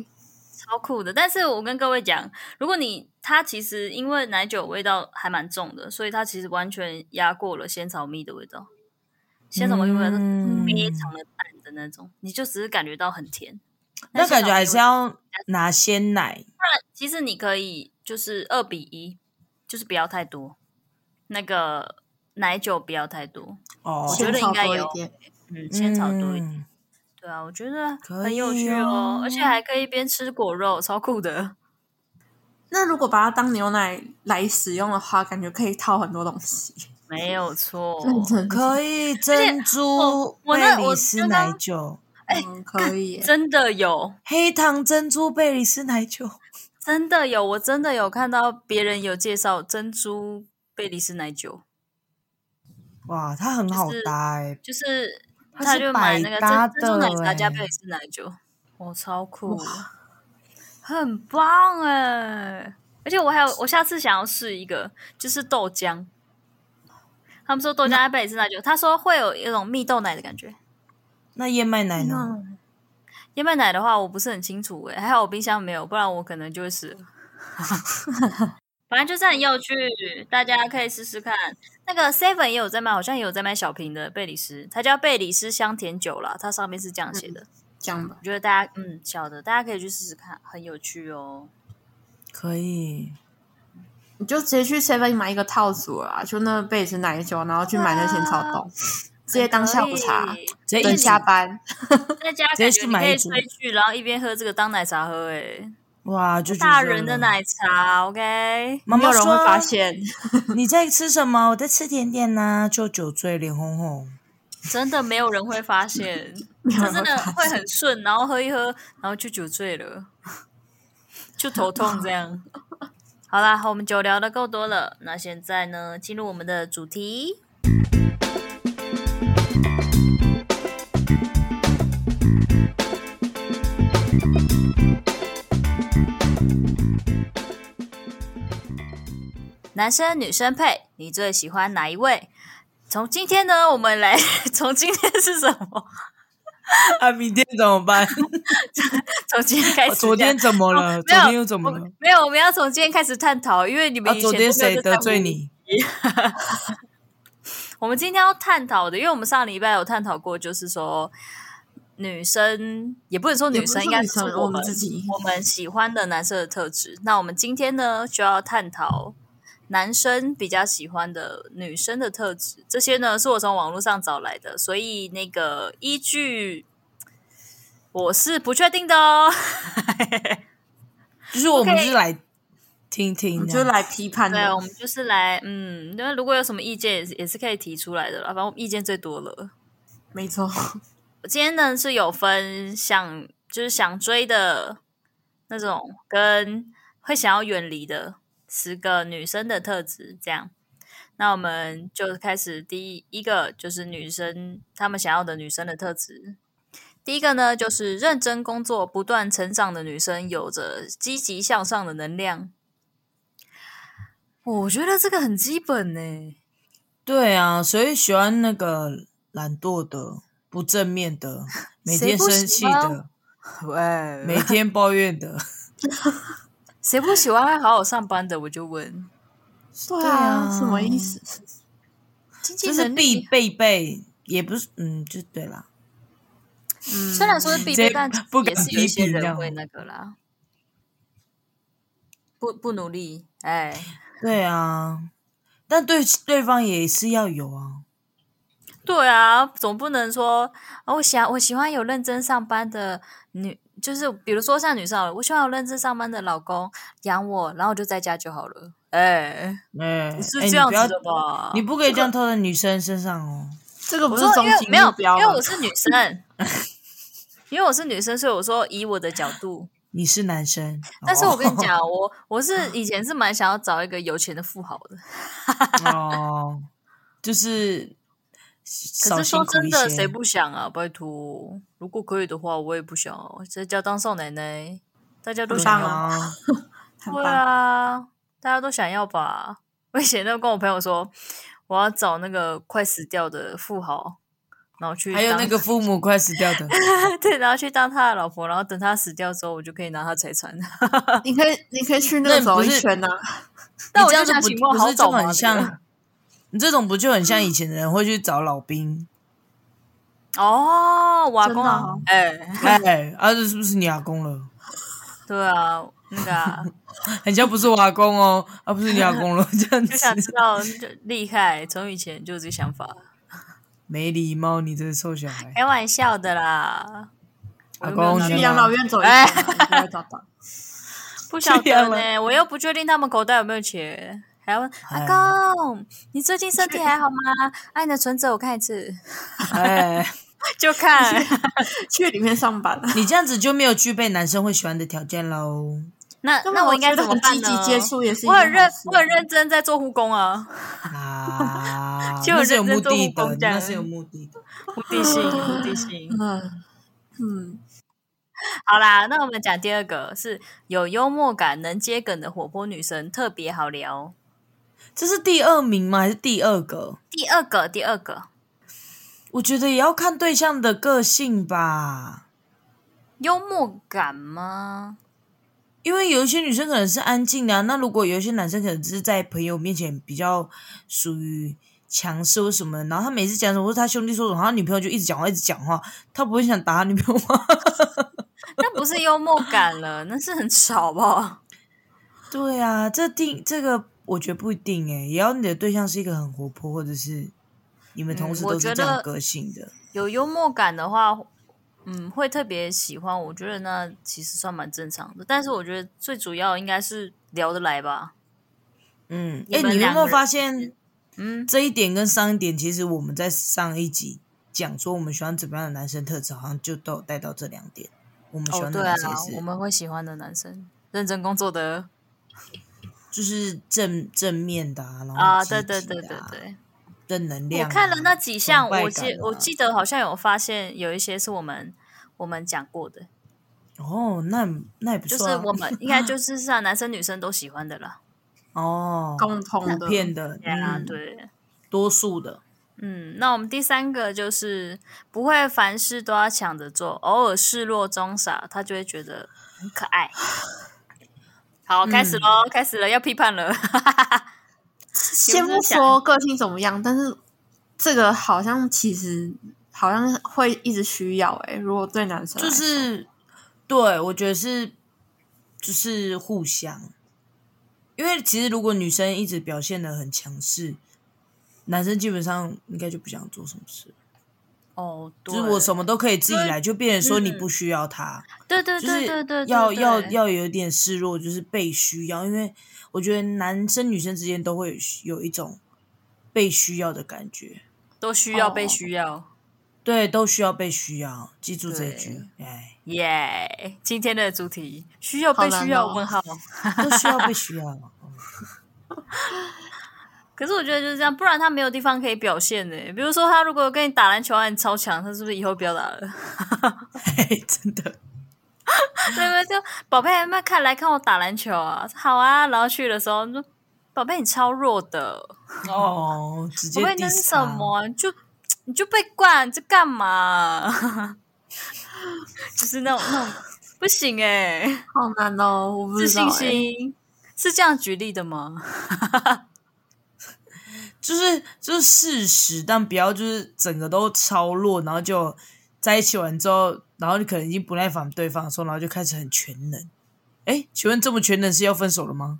[SPEAKER 3] 超酷的。但是我跟各位讲，如果你它其实因为奶酒味道还蛮重的，所以它其实完全压过了仙草蜜的味道。仙草蜜味道是
[SPEAKER 2] 嗯
[SPEAKER 3] 非常的淡的那种，你就只是感觉到很甜。
[SPEAKER 2] 那
[SPEAKER 3] 但
[SPEAKER 2] 感觉还是
[SPEAKER 3] 仙草蜜味，
[SPEAKER 2] 要拿鲜奶。
[SPEAKER 3] 其实你可以就是二比一，就是不要太多，那个奶酒不要太多，
[SPEAKER 2] 哦，
[SPEAKER 3] 我觉得
[SPEAKER 1] 仙草
[SPEAKER 3] 应该
[SPEAKER 1] 多一
[SPEAKER 3] 有
[SPEAKER 1] 点
[SPEAKER 3] 嗯，仙草多一点。
[SPEAKER 2] 嗯
[SPEAKER 3] 对啊，我觉得
[SPEAKER 2] 可
[SPEAKER 3] 很有趣
[SPEAKER 2] 以
[SPEAKER 3] 哦
[SPEAKER 2] 哦，
[SPEAKER 3] 而且还可以一边吃果肉，超酷的。
[SPEAKER 1] 那如果把它当牛奶来使用的话，感觉可以套很多东西。
[SPEAKER 3] 没有错，
[SPEAKER 1] 认 (laughs) 真
[SPEAKER 2] 可以珍珠
[SPEAKER 3] 我我
[SPEAKER 2] 贝
[SPEAKER 3] 那
[SPEAKER 2] 里
[SPEAKER 3] 我
[SPEAKER 2] 斯
[SPEAKER 3] 刚
[SPEAKER 2] 奶
[SPEAKER 3] 刚
[SPEAKER 2] 酒，
[SPEAKER 1] 哎、嗯，可以耶。
[SPEAKER 3] 真的有，
[SPEAKER 2] 黑糖珍珠贝里斯奶酒。
[SPEAKER 3] 真的有，我真的有看到别人有介绍珍珠贝里斯奶酒，
[SPEAKER 2] 哇，它很好
[SPEAKER 3] 就是
[SPEAKER 2] 搭哎、
[SPEAKER 3] 就是
[SPEAKER 2] 它
[SPEAKER 3] 他
[SPEAKER 2] 是
[SPEAKER 3] 就买那
[SPEAKER 2] 百
[SPEAKER 3] 个
[SPEAKER 2] 搭
[SPEAKER 3] 珍珍珠奶
[SPEAKER 2] 的
[SPEAKER 3] 茶加
[SPEAKER 2] 欸
[SPEAKER 3] 贝里斯奶酒，哦，超酷，很棒哎！而且我还有，我下次想要试一个，就是豆浆。他们说豆浆加贝里斯奶酒，他说会有一种蜜豆奶的感觉。
[SPEAKER 2] 那燕麦奶呢？
[SPEAKER 1] 嗯
[SPEAKER 3] 燕麦奶的话，我不是很清楚诶、还好我冰箱没有，不然我可能就会死了。 (laughs) 反正就是很有趣，大家可以试试看。那个 Seven 也有在卖，好像也有在卖小瓶的贝里斯，它叫贝里斯香甜酒啦，它上面是这样写的。
[SPEAKER 1] 这样吧，
[SPEAKER 3] 我觉得大家嗯晓得，大家可以去试试看，很有趣哦。
[SPEAKER 2] 可以。
[SPEAKER 1] 你就直接去 Seven 买一个套组啦，就那贝里斯奶酒，然后去买那仙草冻，直接当下午茶
[SPEAKER 3] 可，以哎
[SPEAKER 2] 直接
[SPEAKER 1] 等
[SPEAKER 2] 一
[SPEAKER 1] 下
[SPEAKER 2] 起
[SPEAKER 1] 班。
[SPEAKER 3] 在家
[SPEAKER 2] 直接
[SPEAKER 3] 感
[SPEAKER 2] 去
[SPEAKER 3] 觉你
[SPEAKER 2] 买
[SPEAKER 3] 可
[SPEAKER 2] 一
[SPEAKER 3] 以
[SPEAKER 2] 组
[SPEAKER 3] 追剧，然后一边喝这个当奶茶喝、诶
[SPEAKER 2] 哇，就觉
[SPEAKER 3] 大
[SPEAKER 2] 得
[SPEAKER 3] 人的
[SPEAKER 2] 了
[SPEAKER 3] 奶茶，OK。
[SPEAKER 2] 妈
[SPEAKER 1] 没有
[SPEAKER 2] 妈
[SPEAKER 1] 人
[SPEAKER 2] 说
[SPEAKER 1] 会发现，
[SPEAKER 2] (laughs) 你在吃什么？我在吃甜点呐、就酒醉脸红红。 (laughs)
[SPEAKER 3] 真的没有人会发
[SPEAKER 1] (laughs)
[SPEAKER 3] 现，
[SPEAKER 1] 有
[SPEAKER 3] 这
[SPEAKER 1] 人
[SPEAKER 3] 真
[SPEAKER 1] 会
[SPEAKER 3] 的
[SPEAKER 1] 发
[SPEAKER 3] 会很顺，然后喝一喝，然后就酒醉了， (laughs) 就头痛这样。 (laughs) 好啦，我们酒聊的够多了，那现在呢，进入我们的主题。男生女生配，你最喜欢哪一位？从今天呢，我们来 (laughs) 从今天是什么？ (laughs)
[SPEAKER 2] 啊，明天怎么办？
[SPEAKER 3] 从今天开始，
[SPEAKER 2] 哦
[SPEAKER 3] 哦
[SPEAKER 2] 昨天怎么了？
[SPEAKER 3] 没
[SPEAKER 2] 昨
[SPEAKER 3] 有
[SPEAKER 2] 天又怎么了？
[SPEAKER 3] 没有，我们要从今天开始探讨，因为你们
[SPEAKER 2] 啊，
[SPEAKER 3] 以前
[SPEAKER 2] 昨天
[SPEAKER 3] 都没
[SPEAKER 2] 谁
[SPEAKER 3] 有在
[SPEAKER 2] 得
[SPEAKER 3] 探
[SPEAKER 2] 罪
[SPEAKER 3] 讨
[SPEAKER 2] 你？
[SPEAKER 3] 我们今天要探讨的，因为我们上礼拜有探讨过，就是说女生，也不能说
[SPEAKER 1] 也
[SPEAKER 3] 女
[SPEAKER 1] 不是
[SPEAKER 3] 生，应
[SPEAKER 1] 说
[SPEAKER 3] 该
[SPEAKER 1] 女
[SPEAKER 3] 是
[SPEAKER 1] 生
[SPEAKER 3] 我
[SPEAKER 1] 我们自己
[SPEAKER 3] 我们喜欢的男生的特质。那我们今天呢，就要探讨男生比较喜欢的女生的特质。这些呢，是我从网络上找来的，所以那个依据我是不确定的哦。
[SPEAKER 2] 就是我们
[SPEAKER 3] OK
[SPEAKER 2] 是来听
[SPEAKER 1] 我
[SPEAKER 2] 听
[SPEAKER 1] 们
[SPEAKER 2] 的，
[SPEAKER 1] 就来批判
[SPEAKER 3] 对，啊我
[SPEAKER 1] 的。
[SPEAKER 3] 们就是来，嗯，那如果有什么意见，也是也是可以提出来的啦。反正我们意见最多了。
[SPEAKER 1] 没错，
[SPEAKER 3] 我今天呢是有分想就是想追的那种，跟会想要远离的十个女生的特质，这样。那我们就开始第一个就是女生她们想要的女生的特质。第一个呢，就是认真工作、不断成长的女生，有着积极向上的能量。我觉得这个很基本呢、
[SPEAKER 2] 对啊，所以喜欢那个懒惰的、不正
[SPEAKER 3] (laughs)
[SPEAKER 2] 面的、每天生气
[SPEAKER 3] 谁不喜
[SPEAKER 2] 的、
[SPEAKER 3] 喂，
[SPEAKER 2] 每天抱
[SPEAKER 3] (laughs)
[SPEAKER 2] 怨的。
[SPEAKER 3] 谁不喜欢好好上班的？我就问，
[SPEAKER 1] 对
[SPEAKER 2] 啊
[SPEAKER 1] 啊，什么意思？
[SPEAKER 3] 经济
[SPEAKER 2] 这
[SPEAKER 3] 能
[SPEAKER 2] 是
[SPEAKER 3] 力
[SPEAKER 2] 必备备，也不是，嗯，就对啦。
[SPEAKER 1] 嗯，
[SPEAKER 3] 虽然说是必
[SPEAKER 2] 这
[SPEAKER 3] 备，但
[SPEAKER 2] 不
[SPEAKER 3] 也
[SPEAKER 2] 敢
[SPEAKER 3] 是有一
[SPEAKER 2] 批
[SPEAKER 3] 些
[SPEAKER 2] 评这
[SPEAKER 3] 人
[SPEAKER 2] 样
[SPEAKER 3] 会那个啦，不不努力，哎，
[SPEAKER 2] 对啊，但对对方也是要有啊。
[SPEAKER 3] 对啊，总不能说啊我想我喜欢有认真上班的女，就是比如说像女生好了，我喜欢有认真上班的老公养我，然后我就在家就好了，哎，
[SPEAKER 2] 哎、哎，
[SPEAKER 3] 是
[SPEAKER 2] 你
[SPEAKER 3] 这样
[SPEAKER 2] 不要
[SPEAKER 3] 子的吧？
[SPEAKER 2] 你不可以这样套在女生身上哦。
[SPEAKER 1] 这个不
[SPEAKER 3] 我
[SPEAKER 1] 是
[SPEAKER 3] 说
[SPEAKER 1] 终
[SPEAKER 3] 因为
[SPEAKER 1] 极
[SPEAKER 3] 没有
[SPEAKER 1] 目，标
[SPEAKER 3] 因
[SPEAKER 1] 啊
[SPEAKER 3] 为
[SPEAKER 1] 吗
[SPEAKER 2] 啊
[SPEAKER 3] 我？是女生，因为我是女生，所以我说以我的角度。
[SPEAKER 2] 你是男生，
[SPEAKER 3] (laughs) 但是我跟你
[SPEAKER 2] 哦，
[SPEAKER 3] 讲，我我是以前是蛮想要找一个有钱的富豪的，
[SPEAKER 2] 哦，就是
[SPEAKER 3] 可
[SPEAKER 2] 少
[SPEAKER 3] 是
[SPEAKER 2] 辛
[SPEAKER 3] 说
[SPEAKER 2] 苦
[SPEAKER 3] 真
[SPEAKER 2] 一
[SPEAKER 3] 的，
[SPEAKER 2] 些
[SPEAKER 3] 谁不想啊？拜托，如果可以的话，我也不想啊在家当少奶奶，大家都
[SPEAKER 2] 对
[SPEAKER 3] 想要。
[SPEAKER 2] 啊，
[SPEAKER 1] 很
[SPEAKER 3] 对
[SPEAKER 1] 棒，
[SPEAKER 3] 啊，大家都想要吧？ (laughs) 我以前都跟我朋友说，我要找那个快死掉的富豪，然后去
[SPEAKER 2] 还有
[SPEAKER 3] 当
[SPEAKER 2] 那个父母快死掉
[SPEAKER 3] (laughs)
[SPEAKER 2] 的，
[SPEAKER 3] 对，然后去当他的老婆，然后等他死掉之后，我就可以拿他财产。
[SPEAKER 1] 你可以你可以去
[SPEAKER 2] 那
[SPEAKER 1] 那
[SPEAKER 2] 你
[SPEAKER 1] 走
[SPEAKER 2] 不
[SPEAKER 1] 一
[SPEAKER 2] 是
[SPEAKER 1] 圈呐，啊
[SPEAKER 3] 但
[SPEAKER 2] 你
[SPEAKER 3] 我就
[SPEAKER 2] 这样子
[SPEAKER 3] 想
[SPEAKER 2] 不
[SPEAKER 3] 请问，
[SPEAKER 2] 不
[SPEAKER 3] 好
[SPEAKER 2] 是就
[SPEAKER 3] 找吗？
[SPEAKER 2] 很
[SPEAKER 3] 这个 (laughs)
[SPEAKER 2] 像，你这种不就很像以前的人会去找
[SPEAKER 3] (laughs)
[SPEAKER 2] 老兵？
[SPEAKER 3] 哦，瓦
[SPEAKER 1] 真
[SPEAKER 3] 工
[SPEAKER 1] 的
[SPEAKER 3] 啊
[SPEAKER 1] 哦，
[SPEAKER 3] 哎、
[SPEAKER 2] 哎，啊，这是不是你阿公了？
[SPEAKER 3] 对啊，那个、啊。
[SPEAKER 2] 人家不是我阿公哦，啊，不是你阿公了，这样
[SPEAKER 3] 就想知
[SPEAKER 2] 子
[SPEAKER 3] 道就厉害，从以前就有这想法，
[SPEAKER 2] 没礼貌，你这个臭
[SPEAKER 3] (laughs)
[SPEAKER 2] 小孩，
[SPEAKER 3] 开玩笑的啦。我
[SPEAKER 2] 阿
[SPEAKER 3] 有
[SPEAKER 2] 公
[SPEAKER 3] 没有拿哎
[SPEAKER 1] 去
[SPEAKER 2] 你
[SPEAKER 1] 养老院走一圈啊，你就会找到。
[SPEAKER 3] 不晓
[SPEAKER 2] 这样
[SPEAKER 3] 得呢、我又不确定他们口袋有没有钱，还要问
[SPEAKER 2] 哎
[SPEAKER 3] 阿公，你最近身体还好吗？啊，你的存折我看一次，
[SPEAKER 1] (laughs)
[SPEAKER 2] 哎，
[SPEAKER 3] 就看。
[SPEAKER 1] 去里面上班。啊
[SPEAKER 3] (laughs)
[SPEAKER 2] 你这样子就没有具备男生会喜欢的条件喽。
[SPEAKER 3] 那
[SPEAKER 1] 根本
[SPEAKER 3] 那我应该
[SPEAKER 1] 觉得
[SPEAKER 3] 怎么
[SPEAKER 1] 很
[SPEAKER 3] 办
[SPEAKER 1] 积
[SPEAKER 3] 呢
[SPEAKER 1] 极？接触也是一
[SPEAKER 3] 我
[SPEAKER 1] 件好事，
[SPEAKER 3] 很认，我很认真在做护工啊，
[SPEAKER 1] (laughs)
[SPEAKER 2] 啊，
[SPEAKER 3] (laughs) 就有
[SPEAKER 2] 那是有
[SPEAKER 3] 认真
[SPEAKER 2] 目
[SPEAKER 3] 做
[SPEAKER 2] 的
[SPEAKER 3] 护工
[SPEAKER 2] 的，
[SPEAKER 3] 这样
[SPEAKER 2] 那是有目的的。
[SPEAKER 3] 目的 (laughs) 性，目的性。
[SPEAKER 1] 嗯嗯，
[SPEAKER 3] 好啦，那我们讲第二个是有幽默感、能接梗的活泼女生，特别好聊。
[SPEAKER 2] 这是第二名吗？还是第二个？
[SPEAKER 3] 第二个，第二个，
[SPEAKER 2] 我觉得也要看对象的个性吧，
[SPEAKER 3] 幽默感吗？
[SPEAKER 2] 因为有一些女生可能是安静的、啊，那如果有一些男生可能是在朋友面前比较属于强势或什么的，然后他每次讲什么，或者他兄弟说什么，他女朋友就一直讲话，一直讲话，他不会想打他女朋友吗？ (laughs)
[SPEAKER 3] 那不是幽默感了，那是很吵吧？
[SPEAKER 2] 对啊，这定这个我觉得不一定诶、也要你的对象是一个很活泼，或者是你们同
[SPEAKER 3] 嗯
[SPEAKER 2] 事
[SPEAKER 3] 我
[SPEAKER 2] 都是
[SPEAKER 3] 觉
[SPEAKER 2] 这样
[SPEAKER 3] 得
[SPEAKER 2] 个性的。
[SPEAKER 3] 有幽默感的话，嗯，会特别喜欢。我觉得那其实算蛮正常的，但是我觉得最主要应该是聊得来吧。
[SPEAKER 2] 嗯，
[SPEAKER 3] 你
[SPEAKER 2] 哎、
[SPEAKER 3] 们
[SPEAKER 2] 你有
[SPEAKER 3] 两个
[SPEAKER 2] 没有
[SPEAKER 3] 人
[SPEAKER 2] 发现
[SPEAKER 3] 嗯，
[SPEAKER 2] 这一点跟上一点，其实我们在上一集讲说我们喜欢怎么样的男生特质，好像就都有带到这两点。我们喜
[SPEAKER 3] 哦，
[SPEAKER 2] 欢的
[SPEAKER 3] 对啊
[SPEAKER 2] 男生也，是，
[SPEAKER 3] 我们会喜欢的男生，认真工作的
[SPEAKER 2] 就是正正面的、啊，然后
[SPEAKER 3] 啊，
[SPEAKER 2] 积
[SPEAKER 3] 对对
[SPEAKER 2] 极
[SPEAKER 3] 对
[SPEAKER 2] 的
[SPEAKER 3] 对
[SPEAKER 2] 啊
[SPEAKER 3] 对。
[SPEAKER 2] 正能量、啊
[SPEAKER 3] 我看了那，几项，
[SPEAKER 2] 崇拜
[SPEAKER 3] 我记
[SPEAKER 2] 感啊
[SPEAKER 3] 我记得好像有发现有一些是我们我们讲过的，
[SPEAKER 2] 哦，那那也不
[SPEAKER 3] 就
[SPEAKER 2] 错、
[SPEAKER 3] 是
[SPEAKER 2] 啊，嗯
[SPEAKER 3] 我们应该
[SPEAKER 2] (laughs)
[SPEAKER 3] 就是像男生女生都喜欢的啦。
[SPEAKER 2] 哦，
[SPEAKER 1] 共同
[SPEAKER 2] 普
[SPEAKER 1] 的
[SPEAKER 2] 遍的，
[SPEAKER 3] 对啊，
[SPEAKER 2] 嗯，
[SPEAKER 3] 对，
[SPEAKER 2] 多数的，
[SPEAKER 3] 嗯，那我们第三个就是不会凡事都要抢着做，偶尔示弱装傻，他就会觉得很可爱。好，开
[SPEAKER 2] 嗯
[SPEAKER 3] 始喽，开始了，要批判了。
[SPEAKER 1] 先
[SPEAKER 3] 有没有
[SPEAKER 1] 不
[SPEAKER 3] 想
[SPEAKER 1] 说个性怎么样，但是这个好像其实好像会一直需要诶、如果对男生
[SPEAKER 3] 啊
[SPEAKER 1] 来
[SPEAKER 2] 就
[SPEAKER 1] 说
[SPEAKER 2] 是对我觉得是就是互相，因为其实如果女生一直表现的很强势，男生基本上应该就不想做什么事，
[SPEAKER 3] 哦，对
[SPEAKER 2] 就是我什么都可以自己
[SPEAKER 3] 对
[SPEAKER 2] 来，就变成说你
[SPEAKER 3] 嗯
[SPEAKER 2] 不需要他，
[SPEAKER 3] 对对
[SPEAKER 2] 就
[SPEAKER 3] 对
[SPEAKER 2] 是
[SPEAKER 3] 对对，对
[SPEAKER 2] 要要
[SPEAKER 3] 对
[SPEAKER 2] 要有点示弱，就是被需要，因为我觉得男生女生之间都会有一种被需要的感觉，
[SPEAKER 3] 都需要被
[SPEAKER 1] 哦
[SPEAKER 3] 需要。
[SPEAKER 2] 对，都需要被需要，记住这一句，哎，
[SPEAKER 3] 耶、今天的主题需要被
[SPEAKER 1] 好难
[SPEAKER 3] 需要？
[SPEAKER 1] 哦
[SPEAKER 3] 问号。
[SPEAKER 2] 哎都需要被需要。
[SPEAKER 3] 可是我觉得就是这样，不然他没有地方可以表现呢。比如说，他如果跟你打篮球，你超强，他是不是以后不要打了？
[SPEAKER 2] 嘿，哎真
[SPEAKER 3] (laughs)
[SPEAKER 2] 的， (laughs)
[SPEAKER 3] 对不对？就宝贝，要不要看来看我打篮球啊？好啊，然后去的时候，你说宝贝，你超弱的，
[SPEAKER 2] 哦，直接
[SPEAKER 3] 宝贝，那
[SPEAKER 2] diss
[SPEAKER 3] 是
[SPEAKER 2] 他
[SPEAKER 3] 什？么？你就你就被灌，你在干嘛？ (laughs) 就是那种那种不行哎、
[SPEAKER 1] 好难哦，我不
[SPEAKER 3] 自
[SPEAKER 1] 知道、
[SPEAKER 3] 信
[SPEAKER 1] 欸。
[SPEAKER 3] 心是这样举例的吗？
[SPEAKER 2] 就是就是事实，但不要就是整个都超弱，然后就在一起完之后，然后你可能已经不耐烦对方的时候，然后就开始很全能。哎，请问这么全能是要分手了吗？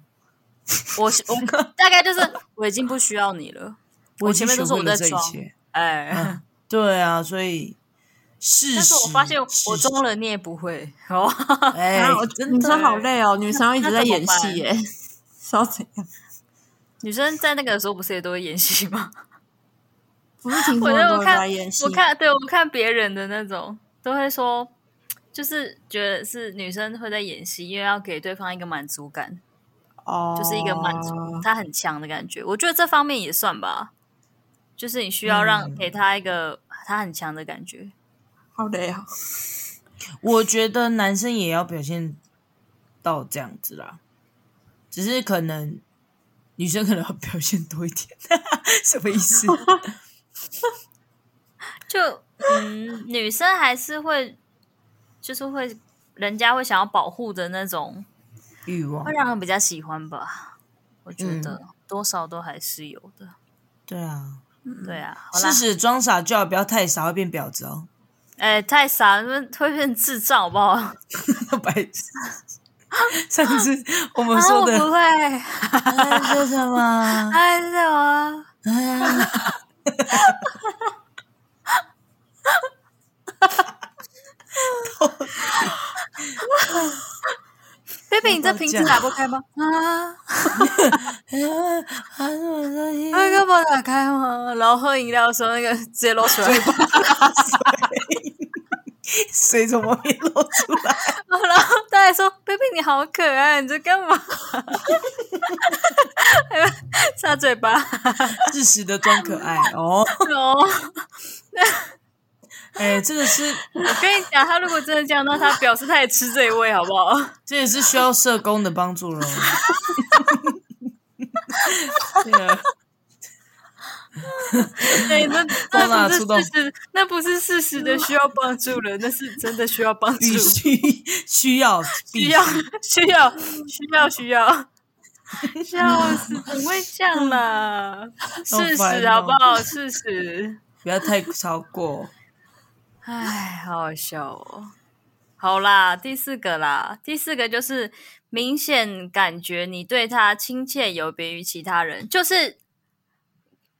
[SPEAKER 3] 我是
[SPEAKER 2] (laughs)
[SPEAKER 3] 我大概就是我已经不需要你了，我
[SPEAKER 2] 已
[SPEAKER 3] 前面
[SPEAKER 2] 经学
[SPEAKER 3] 都是
[SPEAKER 2] 会
[SPEAKER 3] 我
[SPEAKER 2] 了
[SPEAKER 3] 在
[SPEAKER 2] 这一
[SPEAKER 3] 装，
[SPEAKER 2] 切。
[SPEAKER 3] 哎。
[SPEAKER 2] 嗯对啊，所以事实。
[SPEAKER 3] 但是我发现
[SPEAKER 2] 事
[SPEAKER 3] 我
[SPEAKER 2] 实
[SPEAKER 3] 中，了你也不会哦，
[SPEAKER 2] 哎、
[SPEAKER 1] 啊我
[SPEAKER 2] 真
[SPEAKER 1] 女
[SPEAKER 2] 的
[SPEAKER 1] 生好累哦，女生要一直
[SPEAKER 3] 欸那
[SPEAKER 1] 在
[SPEAKER 3] 怎么
[SPEAKER 1] 演戏耶、是要 (laughs) 怎样？
[SPEAKER 3] (laughs) 女生在那个时候不是也都会演戏吗？
[SPEAKER 1] 不是听
[SPEAKER 3] 我
[SPEAKER 1] 说很
[SPEAKER 3] 觉得
[SPEAKER 1] 多
[SPEAKER 3] 我
[SPEAKER 1] 人
[SPEAKER 3] 看
[SPEAKER 1] 在演戏
[SPEAKER 3] 我，看对我看别人的那种，都会说，就是觉得是女生会在演戏，因为要给对方一个满足感，
[SPEAKER 1] 哦，
[SPEAKER 3] 就是一个满足，她很强的感觉。我觉得这方面也算吧，就是你需要让
[SPEAKER 2] 嗯
[SPEAKER 3] 给她一个她很强的感觉。
[SPEAKER 1] 好累哦。
[SPEAKER 2] 我觉得男生也要表现到这样子啦，只是可能女生可能要表现多一点，什么意思？
[SPEAKER 3] 就嗯，女生还是会，就是会人家会想要保护的那种，
[SPEAKER 2] 欲
[SPEAKER 3] (laughs)
[SPEAKER 2] 望
[SPEAKER 3] 会？让人比较喜欢吧。我觉
[SPEAKER 2] 嗯
[SPEAKER 3] 得、多少都还是有的。
[SPEAKER 2] 对啊，
[SPEAKER 3] 对啊，好啦
[SPEAKER 2] 事。实装傻最好不要太傻，会变婊子哦。 (laughs)
[SPEAKER 3] 哎、太傻，了，会变智障，好不好？啊，
[SPEAKER 2] 白痴。上次我们说
[SPEAKER 3] 啊我不
[SPEAKER 2] 的，啊
[SPEAKER 3] 会，
[SPEAKER 2] 哎说什 (laughs) 么？
[SPEAKER 3] 哎，是我，
[SPEAKER 2] 哎
[SPEAKER 3] 贝贝，你这瓶子打不开吗？啊，
[SPEAKER 2] 哎啊什么东西？
[SPEAKER 3] 那个不打开吗？然后喝饮料的时候，那个直接漏出来，
[SPEAKER 2] 水从旁边漏出来。
[SPEAKER 3] (laughs) 然后他还说：“贝贝，你好可爱，你在干嘛？” (laughs) 擦嘴巴
[SPEAKER 2] 适时的装可爱哦。
[SPEAKER 3] 哦！
[SPEAKER 2] 哎，这个是
[SPEAKER 3] 我跟你讲，他如果真的这样，那他表示他也吃这一味，好不
[SPEAKER 2] (laughs)
[SPEAKER 3] 好？
[SPEAKER 2] 这也是需要社工的帮 (laughs) 助喽。对啊，
[SPEAKER 3] 对，哎那
[SPEAKER 2] 到哪
[SPEAKER 3] 那
[SPEAKER 2] 触
[SPEAKER 3] 不
[SPEAKER 2] 动
[SPEAKER 3] 是事实，那不是事实的需要帮助了，那是真的需要帮助，
[SPEAKER 2] 必须需要必
[SPEAKER 3] 需要需要需要需要，
[SPEAKER 2] (laughs)
[SPEAKER 3] 笑死，怎么会这样啦？事
[SPEAKER 2] 烦
[SPEAKER 3] 实
[SPEAKER 2] 哦
[SPEAKER 3] 好不好？事实，
[SPEAKER 2] 不要太超过。
[SPEAKER 3] 唉，好好笑哦。好啦，第四个啦，第四个就是明显感觉你对他亲切有别于其他人，就是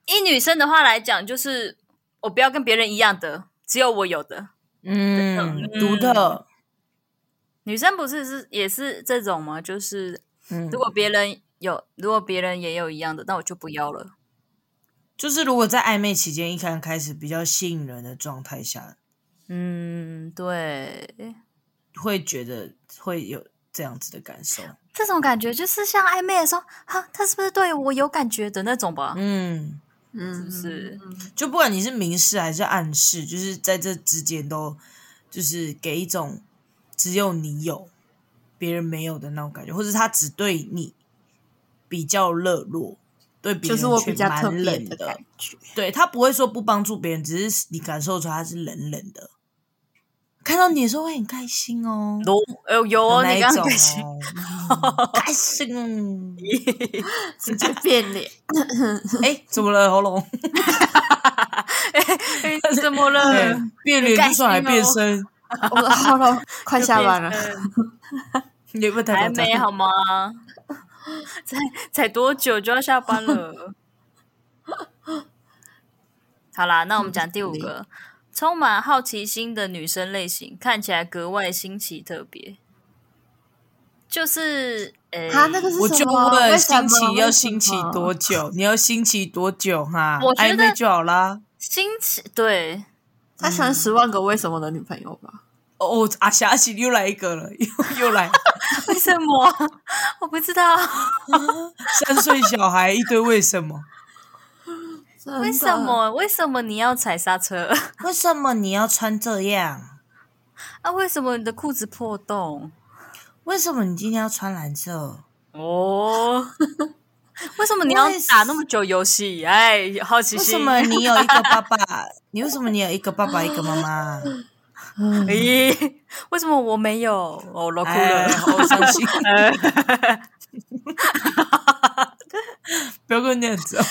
[SPEAKER 3] 以女生的话来讲，就是我不要跟别人一样的，只有我有的。啊
[SPEAKER 2] 嗯，独特。
[SPEAKER 3] 女生不是是也是这种吗？就是
[SPEAKER 2] 嗯
[SPEAKER 3] 如，果别人有，如果别人也有一样的，那我就不要了。
[SPEAKER 2] 就是如果在暧昧期间一刚开始比较吸引人的状态下，
[SPEAKER 3] 嗯，对，
[SPEAKER 2] 会觉得会有这样子的感受。
[SPEAKER 3] 这种感觉就是像暧昧的时候，哈，他是不是对我有感觉的那种吧？
[SPEAKER 2] 嗯，
[SPEAKER 1] 嗯，
[SPEAKER 3] 不是
[SPEAKER 2] 就不管你是明示还是暗示，就是在这之间都就是给一种只有你有，别人没有的那种感觉，或者他只对你比较热络，对别
[SPEAKER 1] 就
[SPEAKER 2] 人
[SPEAKER 1] 是我
[SPEAKER 2] 却
[SPEAKER 1] 比较特
[SPEAKER 2] 蛮
[SPEAKER 1] 别
[SPEAKER 2] 冷
[SPEAKER 1] 的感觉。
[SPEAKER 2] 对他不会说不帮助别人，只是你感受出他是冷冷的。看到你的时候会很开心哦，
[SPEAKER 3] 有，呃，有哦，
[SPEAKER 2] 哪
[SPEAKER 3] 你
[SPEAKER 2] 一
[SPEAKER 3] 刚
[SPEAKER 2] 种
[SPEAKER 3] 刚
[SPEAKER 2] 哦
[SPEAKER 3] 开心，
[SPEAKER 2] 嗯开心哦。
[SPEAKER 1] (laughs) 直接变脸，
[SPEAKER 2] 哎，怎么了，喉咙？
[SPEAKER 3] 哎这怎么 (laughs) 了？
[SPEAKER 2] 对，变
[SPEAKER 3] 你
[SPEAKER 2] 脸
[SPEAKER 3] 开
[SPEAKER 2] 就算还
[SPEAKER 3] 心
[SPEAKER 2] 变
[SPEAKER 3] 哦
[SPEAKER 2] 身，
[SPEAKER 1] 我
[SPEAKER 3] (laughs)
[SPEAKER 1] 说好了，快下班了
[SPEAKER 3] 就。变成
[SPEAKER 2] 你不太
[SPEAKER 3] 还
[SPEAKER 2] 夸张
[SPEAKER 3] 没好
[SPEAKER 1] (laughs)
[SPEAKER 3] 吗？才才多久就要下班
[SPEAKER 1] (laughs)
[SPEAKER 3] 了？好啦，那我们讲第五
[SPEAKER 1] 嗯
[SPEAKER 3] 个，充满好奇心的女生类型，看起来格外新奇特别。就是，诶、
[SPEAKER 1] 他那个是
[SPEAKER 2] 我
[SPEAKER 1] 什
[SPEAKER 2] 就
[SPEAKER 1] 么？为
[SPEAKER 2] 问
[SPEAKER 1] 什么
[SPEAKER 2] 新奇要
[SPEAKER 1] 为什
[SPEAKER 2] 新奇
[SPEAKER 1] 么
[SPEAKER 2] 多久？你要新奇多久哈？
[SPEAKER 3] 我觉
[SPEAKER 2] 暧昧
[SPEAKER 3] 得
[SPEAKER 2] 就好啦。
[SPEAKER 3] 新奇，
[SPEAKER 1] (laughs)
[SPEAKER 3] 对，
[SPEAKER 1] 他喜欢十万个为什么的女朋友吧？
[SPEAKER 2] 哦，啊，想起又来一个了，又又来
[SPEAKER 3] 为什么？我不知道，
[SPEAKER 2] 三岁小孩一堆为什么？
[SPEAKER 1] 真的
[SPEAKER 3] 为什？么？欸为什么你要踩刹车？
[SPEAKER 2] (laughs) 为什么你要穿这样？
[SPEAKER 3] 啊，为什么你的裤子破洞？
[SPEAKER 2] 为什么你今天要穿蓝色？ (laughs)
[SPEAKER 3] 哦，为什么你要
[SPEAKER 2] 为什
[SPEAKER 3] 打那么久游戏？哎，好奇
[SPEAKER 2] 为
[SPEAKER 3] 心
[SPEAKER 2] 什。么
[SPEAKER 3] (laughs)
[SPEAKER 2] 你有一个爸爸？你为什么你有一个爸爸一个妈 (laughs) 妈？
[SPEAKER 1] 嗯
[SPEAKER 3] 咦，哎为什么我没有？哦，我哭
[SPEAKER 2] 哎，
[SPEAKER 3] 了。哦
[SPEAKER 2] 好伤 (laughs) 心！不要跟这样子哦，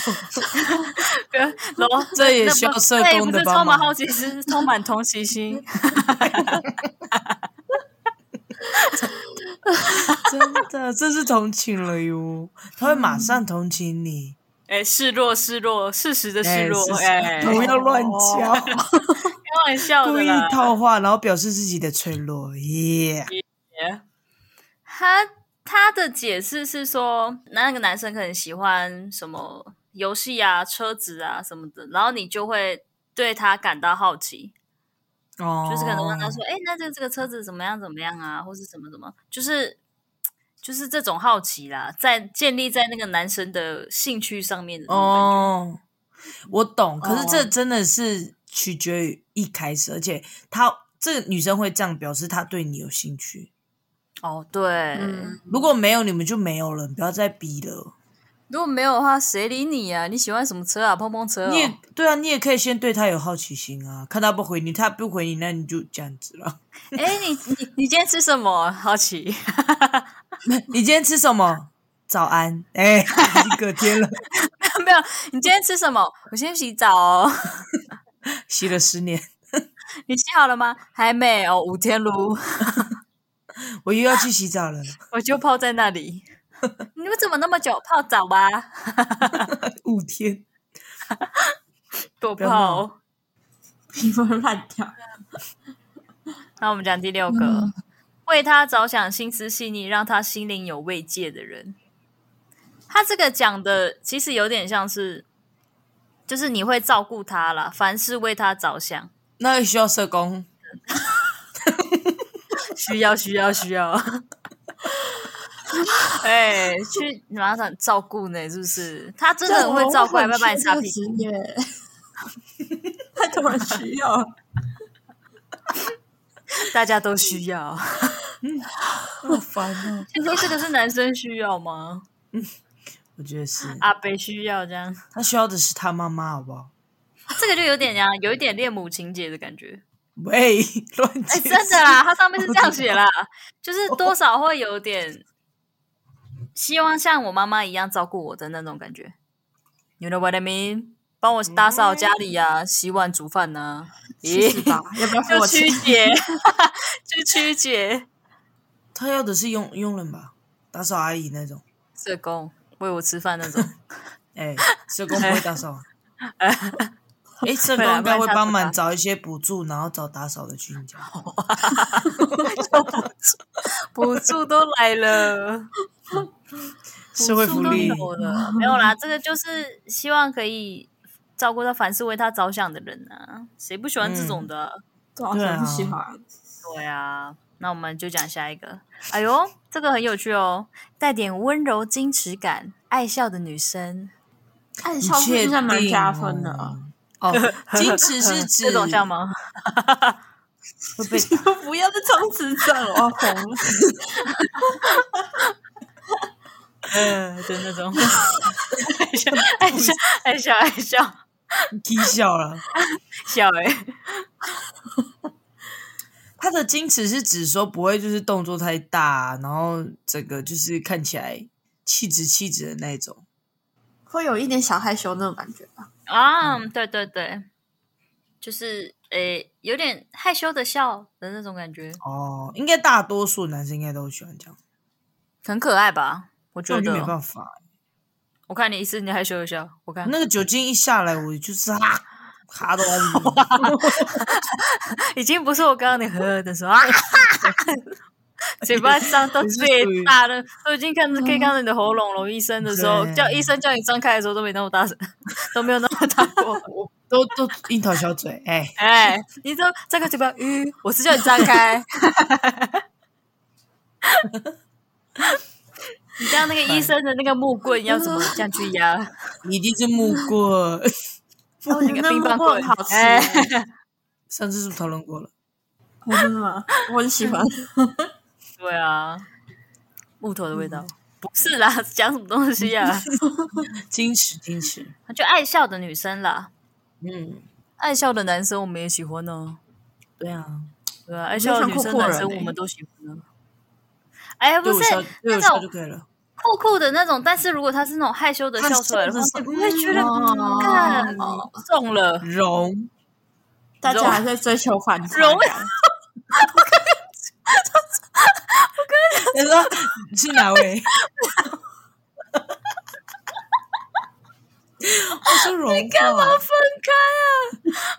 [SPEAKER 3] 然后
[SPEAKER 2] 这也需要社工的帮
[SPEAKER 3] 充满
[SPEAKER 2] 忙。
[SPEAKER 3] 好奇心，充满同情心。
[SPEAKER 2] (laughs) (laughs) 真的，这是同情了哟，他会马上同情你。
[SPEAKER 3] 哎，示弱，示弱，适时
[SPEAKER 2] 嗯
[SPEAKER 3] 的示弱。哎
[SPEAKER 2] 哎，不要乱
[SPEAKER 1] 哦
[SPEAKER 2] (laughs) 叫。
[SPEAKER 3] 开玩笑
[SPEAKER 2] 故
[SPEAKER 3] 的
[SPEAKER 2] 意
[SPEAKER 3] 啦。
[SPEAKER 2] 套话，然后表示自己的脆弱，耶、
[SPEAKER 3] 他他的解释是说，那个男生可能喜欢什么游戏啊、车子啊什么的，然后你就会对他感到好奇，
[SPEAKER 2] 哦，
[SPEAKER 3] 就是可能问他说：“哎、那这个这个车子怎么样怎么样啊，或是怎么怎么？”就是就是这种好奇啦，在建立在那个男生的兴趣上面的那种感觉。
[SPEAKER 2] 哦，我懂，可是这真的是取决于一开始，而且他这个女生会这样表示她对你有兴趣，
[SPEAKER 3] 哦，对，
[SPEAKER 1] 嗯，
[SPEAKER 2] 如果没有你们就没有了，你不要再逼了。
[SPEAKER 3] 如果没有的话，谁理你啊？你喜欢什么车啊？碰碰车、哦？
[SPEAKER 2] 你也对啊，你也可以先对她有好奇心啊，看她不回你，她不回你，那你就这样子 (laughs) 了。
[SPEAKER 3] 哎、你 (laughs) 你你今天吃什么？好奇。 (laughs)
[SPEAKER 2] 你今天吃什么？早安， (laughs) 哎、已经隔天了，
[SPEAKER 3] 没有，你今天吃什么？我先洗澡哦。 (laughs)
[SPEAKER 2] 洗了十年，
[SPEAKER 3] 你洗好了吗？还没哦，五天炉，
[SPEAKER 2] 我又要去洗澡了。
[SPEAKER 3] (laughs) 我就泡在那里。 (laughs) 你们怎么那么久泡澡吧？ (laughs)
[SPEAKER 2] 五天，
[SPEAKER 3] 多
[SPEAKER 2] 不要闹
[SPEAKER 3] 泡。哦
[SPEAKER 1] 你们烂掉。
[SPEAKER 3] 那我们讲第六个，为他着想，心思细腻，让他心灵有慰藉的人。他这个讲的其实有点像是，就是你会照顾他啦，凡事为他着想，
[SPEAKER 2] 那需要社工。
[SPEAKER 3] 需要需要需要。 (laughs) 哎、去马上照顾呢，是不是？他真的很会照顾，还会帮你擦屁股。
[SPEAKER 1] 股。
[SPEAKER 3] (laughs)
[SPEAKER 1] 太多人需要了，
[SPEAKER 3] 大家都需要。
[SPEAKER 2] 好烦哦！
[SPEAKER 3] (laughs) 其实这个是男生需要吗？
[SPEAKER 2] 我觉得是，
[SPEAKER 3] 阿北需要这样，
[SPEAKER 2] 他需要的是他妈妈，好不好？
[SPEAKER 3] 这个就有点呀，有一点恋母情节的感觉。
[SPEAKER 2] 喂， (laughs) 乱
[SPEAKER 3] (laughs) 哎、
[SPEAKER 2] 解释、
[SPEAKER 3] 真的啦，它上面是这样写啦，就是多少会有点希望像我妈妈一样照顾我的那种感觉。You know what I mean？帮我打扫家里呀、洗碗、煮饭呐、
[SPEAKER 1] 去
[SPEAKER 3] 咦
[SPEAKER 1] 死吧！要不要付
[SPEAKER 3] 就
[SPEAKER 1] 我
[SPEAKER 3] 曲
[SPEAKER 1] 钱？
[SPEAKER 3] 解， (laughs) 就曲解
[SPEAKER 2] 他要的是佣佣人吧，打扫阿姨那种。
[SPEAKER 3] 社工喂我吃饭那种。
[SPEAKER 2] 哎、社工不会打
[SPEAKER 3] (laughs)
[SPEAKER 2] 扫啊。哎、社
[SPEAKER 3] 会
[SPEAKER 2] 工
[SPEAKER 3] 啦啊
[SPEAKER 2] 应该会帮
[SPEAKER 3] 不然哦下
[SPEAKER 2] 忙
[SPEAKER 3] 次
[SPEAKER 2] 找一些补助，然后找打扫的去你家。
[SPEAKER 3] (laughs) 补助都来了，
[SPEAKER 2] 社会福利
[SPEAKER 3] 补助都有了，没有啦，这个就是希望可以照顾到凡事为他着想的人啊，谁不喜欢这种的啊？
[SPEAKER 1] 多
[SPEAKER 2] 对啊
[SPEAKER 1] 不喜欢？
[SPEAKER 3] 对啊，那我们就讲下一个。哎呦，这个很有趣哦，带点温柔矜持感，爱笑的女生，
[SPEAKER 1] 按
[SPEAKER 2] 你
[SPEAKER 1] 哎笑是
[SPEAKER 2] 确
[SPEAKER 1] 现在蛮
[SPEAKER 2] 定
[SPEAKER 1] 加分的啊
[SPEAKER 2] 哦。？哦，
[SPEAKER 3] (laughs)
[SPEAKER 2] 矜持是指
[SPEAKER 3] 这种
[SPEAKER 2] (laughs)
[SPEAKER 3] 像 (laughs) 吗？
[SPEAKER 2] 会被打
[SPEAKER 1] 不要再充值战了，我要疯 (laughs) 了。
[SPEAKER 3] 呃，就那 (laughs) 种，爱笑，爱笑，爱笑，爱笑，
[SPEAKER 2] 踢笑了。
[SPEAKER 3] 笑哎、 (laughs)
[SPEAKER 2] 他的矜持是指说不会就是动作太大，然后整个就是看起来气质气质的那种。
[SPEAKER 3] 嗯
[SPEAKER 1] 会有一点小害羞那种感觉吧？
[SPEAKER 3] 啊，对对对，就是诶、有点害羞的笑的那种感觉，
[SPEAKER 2] 哦，应该大多数男生应该都喜欢这样，
[SPEAKER 3] 很可爱吧？我
[SPEAKER 2] 这
[SPEAKER 3] 觉
[SPEAKER 2] 种就没
[SPEAKER 3] 得，
[SPEAKER 2] 办法。
[SPEAKER 3] 我看你一次你害羞的笑，我看
[SPEAKER 2] 那个酒精一下来，我就是哈哈都要晕
[SPEAKER 3] 已经不是我刚刚你喝的时 (laughs) 候啊，嘴巴张到最大的，都已经看可以看到你的喉咙了。医生的时候
[SPEAKER 2] 对
[SPEAKER 3] 叫医生叫你张开的时候都没那么大声， (laughs) 都没有那么大过。
[SPEAKER 2] 都都樱桃小嘴，哎、
[SPEAKER 3] 哎，你都张开嘴巴，吁、我是叫你张 (laughs) 开。你像那个医生的那个木棍要怎么这样去压？
[SPEAKER 2] 一定是木棍。
[SPEAKER 3] 那
[SPEAKER 1] 哦，你
[SPEAKER 3] 个
[SPEAKER 1] (laughs) 那
[SPEAKER 3] 冰
[SPEAKER 1] 木
[SPEAKER 3] 棒
[SPEAKER 1] 棍
[SPEAKER 3] 棍
[SPEAKER 1] 好吃
[SPEAKER 3] 哎
[SPEAKER 1] (laughs) 耶，
[SPEAKER 2] 上次是不是讨论过了？
[SPEAKER 1] 我哦真的吗？我很喜欢。
[SPEAKER 3] 对啊，嗯木头的味道。不是啦，讲什么东西呀、 (laughs)
[SPEAKER 2] 矜持，矜持。
[SPEAKER 3] 啊？就爱笑的女生啦，
[SPEAKER 2] 嗯，
[SPEAKER 3] 爱笑的男生我们也喜欢呢、
[SPEAKER 2] 对啊，
[SPEAKER 3] 对啊，爱
[SPEAKER 1] 觉得
[SPEAKER 3] 笑的
[SPEAKER 1] 像
[SPEAKER 3] 女
[SPEAKER 1] 酷
[SPEAKER 3] 生、
[SPEAKER 1] 酷
[SPEAKER 3] 男
[SPEAKER 1] 人
[SPEAKER 3] 生
[SPEAKER 1] 欸
[SPEAKER 3] 我们都喜欢啊。哎呀，不
[SPEAKER 2] 对我
[SPEAKER 3] 是
[SPEAKER 2] 笑，对
[SPEAKER 3] 那
[SPEAKER 2] 我笑就
[SPEAKER 3] 种
[SPEAKER 2] 可以了。
[SPEAKER 3] 酷酷的那种，但是如果他是那种害羞的
[SPEAKER 2] 他
[SPEAKER 3] 笑出来的
[SPEAKER 2] 笑
[SPEAKER 3] 话，
[SPEAKER 2] 的
[SPEAKER 3] 你
[SPEAKER 2] 时候
[SPEAKER 3] 不会觉得
[SPEAKER 1] (laughs) 哦
[SPEAKER 3] 看中 (laughs) 了，
[SPEAKER 2] 容，
[SPEAKER 1] 大家
[SPEAKER 3] 容
[SPEAKER 1] 还在追求啊反差
[SPEAKER 3] 容
[SPEAKER 1] 感，
[SPEAKER 2] 你说你是哪位？我说容你干嘛
[SPEAKER 3] 分开啊！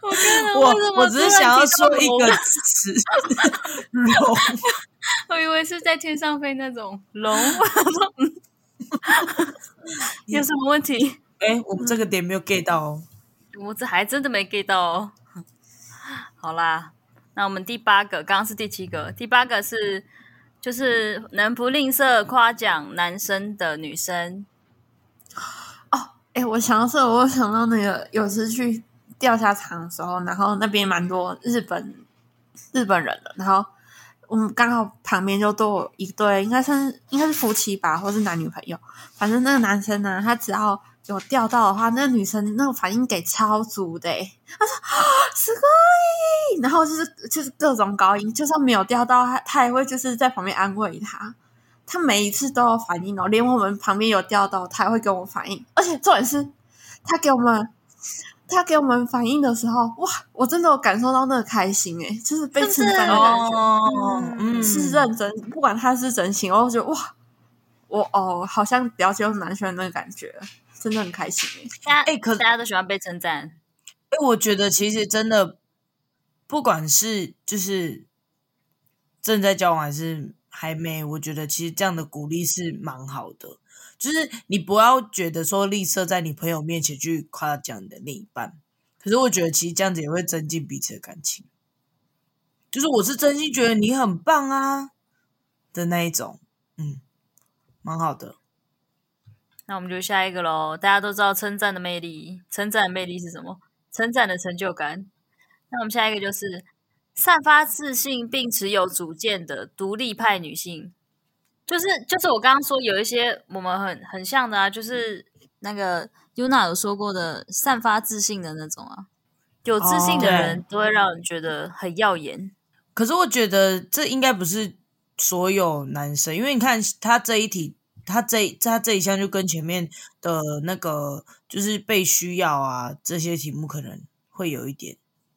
[SPEAKER 3] 我看了，啊为什
[SPEAKER 2] 我
[SPEAKER 3] 么
[SPEAKER 2] 我只是
[SPEAKER 3] 突然
[SPEAKER 2] 想要
[SPEAKER 3] 提到
[SPEAKER 2] 说一个
[SPEAKER 3] 龙，
[SPEAKER 2] 词， (laughs) 容。
[SPEAKER 3] 我以为是在天上飞那
[SPEAKER 2] (laughs)
[SPEAKER 3] 种龙，我说嗯有什么问题？
[SPEAKER 2] 哎、我们这个点没有 get 到哦。
[SPEAKER 3] 我这还真的没 get 到哦。好啦，那我们第八个，刚刚是第七个，第八个是就是能不吝啬夸奖男生的女生，
[SPEAKER 1] 哎、我想到这个，我有想到那个有次去钓虾场的时候，然后那边蛮多日本日本人的，然后我们嗯刚好旁边就都有一对，应该算是应该是夫妻吧，或是男女朋友，反正那个男生呢、他只要有钓到的话，那个女生那个反应给超足的、欸，他说すごい，然后就是就是各种高音，就算没有钓到，他他也会就是在旁边安慰他。他每一次都有反应哦，连我们旁边有钓到，他也会跟我反应。而且重点是，他给我们他给我们反应的时候，哇，我真的有感受到那个开心诶，就是被
[SPEAKER 3] 是不
[SPEAKER 1] 称
[SPEAKER 3] 是
[SPEAKER 1] 赞的感觉，
[SPEAKER 2] 哦嗯，
[SPEAKER 1] 是认真，不管他是真心，我就觉得哇，我哦，好像了解我男生的那个感觉，真的很开心欸诶。
[SPEAKER 3] 大家
[SPEAKER 2] 哎可
[SPEAKER 3] 大家都喜欢被称赞，
[SPEAKER 2] 哎、我觉得其实真的，不管是就是正在交往还是还没，我觉得其实这样的鼓励是蛮好的。就是你不要觉得说吝啬在你朋友面前去夸奖你的另一半，可是我觉得其实这样子也会增进彼此的感情。就是我是真心觉得你很棒啊的那一种，嗯，蛮好的。
[SPEAKER 3] 那我们就下一个喽。大家都知道称赞的魅力，称赞的魅力是什么？称赞的成就感。那我们下一个就是散发自信并持有主见的独立派女性，就是就是我刚刚说有一些我们很很像的啊，就是那个 Yuna 有说过的散发自信的那种啊，有自信的
[SPEAKER 2] 哦
[SPEAKER 3] 人都会让人觉得很耀眼。
[SPEAKER 2] 可是我觉得这应该不是所有男生，因为你看他这一题，他这他这一项就跟前面的那个就是被需要啊这些题目可能会有一点，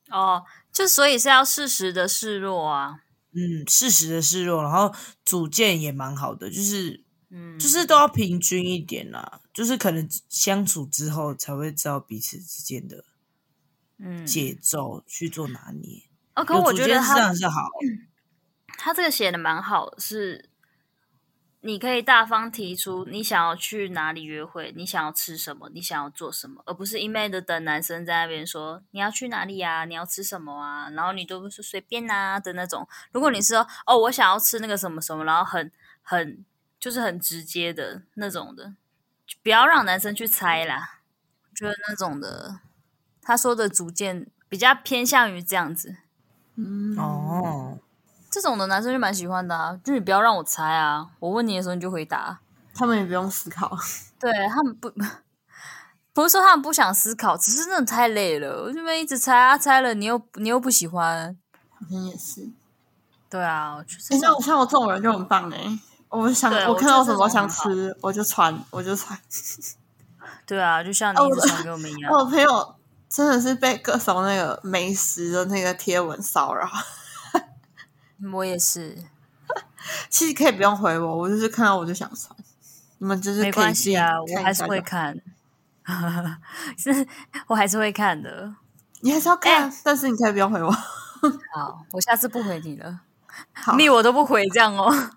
[SPEAKER 3] 哦，就所以是要适时的示弱啊，
[SPEAKER 2] 嗯，适时的示弱，然后主见也蛮好的，就是
[SPEAKER 3] 嗯，
[SPEAKER 2] 就是都要平均一点啦、就是可能相处之后才会知道彼此之间的
[SPEAKER 3] 嗯，
[SPEAKER 2] 节奏去做拿捏。
[SPEAKER 3] 哦，可
[SPEAKER 2] 有
[SPEAKER 3] 我
[SPEAKER 2] 主
[SPEAKER 3] 觉
[SPEAKER 2] 见
[SPEAKER 3] 得
[SPEAKER 2] 是这
[SPEAKER 3] 他
[SPEAKER 2] 样是好，
[SPEAKER 3] 他这个写的蛮好，是你可以大方提出你想要去哪里约会，你想要吃什么，你想要做什么，而不是一昧的等男生在那边说你要去哪里啊，你要吃什么啊，然后你都是随便啊的那种。如果你是说哦，我想要吃那个什么什么，然后很很就是很直接的那种的，就不要让男生去猜啦。我觉得那种的，他说的逐渐比较偏向于这样子。
[SPEAKER 1] 嗯，
[SPEAKER 2] 哦，
[SPEAKER 3] 这种的男生就蛮喜欢的啊，就你不要让我猜啊，我问你的时候你就回答。
[SPEAKER 1] 他们也不用思考，
[SPEAKER 3] 对他们不， (laughs) 不是说他们不想思考，只是真的太累了，我这边一直猜啊猜了，你又你又不喜欢。
[SPEAKER 1] 好像也是。
[SPEAKER 3] 对啊，我就是这
[SPEAKER 1] 诶像
[SPEAKER 3] 种
[SPEAKER 1] 我像我这种人就很棒诶。我想
[SPEAKER 3] 对
[SPEAKER 1] 我
[SPEAKER 3] 我
[SPEAKER 1] 看到
[SPEAKER 3] 觉
[SPEAKER 1] 什
[SPEAKER 3] 得这种
[SPEAKER 1] 么想
[SPEAKER 3] 很好
[SPEAKER 1] 吃，我就传，我就传。
[SPEAKER 3] 对啊，就像你
[SPEAKER 1] 哦
[SPEAKER 3] 一
[SPEAKER 1] 我哦
[SPEAKER 3] 直传给我们一样。
[SPEAKER 1] 我朋友，真的是被各种那个美食的那个贴文骚扰。
[SPEAKER 3] 我也是，
[SPEAKER 1] 其实可以不用回我，我就是看到我就想传。你们就是
[SPEAKER 3] 没
[SPEAKER 1] 可以
[SPEAKER 3] 关
[SPEAKER 1] 自己
[SPEAKER 3] 系啊，
[SPEAKER 1] 看
[SPEAKER 3] 我
[SPEAKER 1] 一
[SPEAKER 3] 还是
[SPEAKER 1] 下就
[SPEAKER 3] 会
[SPEAKER 1] 好，
[SPEAKER 3] 看， (laughs) 是，我还是会看的。
[SPEAKER 1] 你还是要看，啊但是你可以不用回我。
[SPEAKER 3] 好，我下次不回你了，
[SPEAKER 1] 好，
[SPEAKER 3] 密我都不回，这样哦。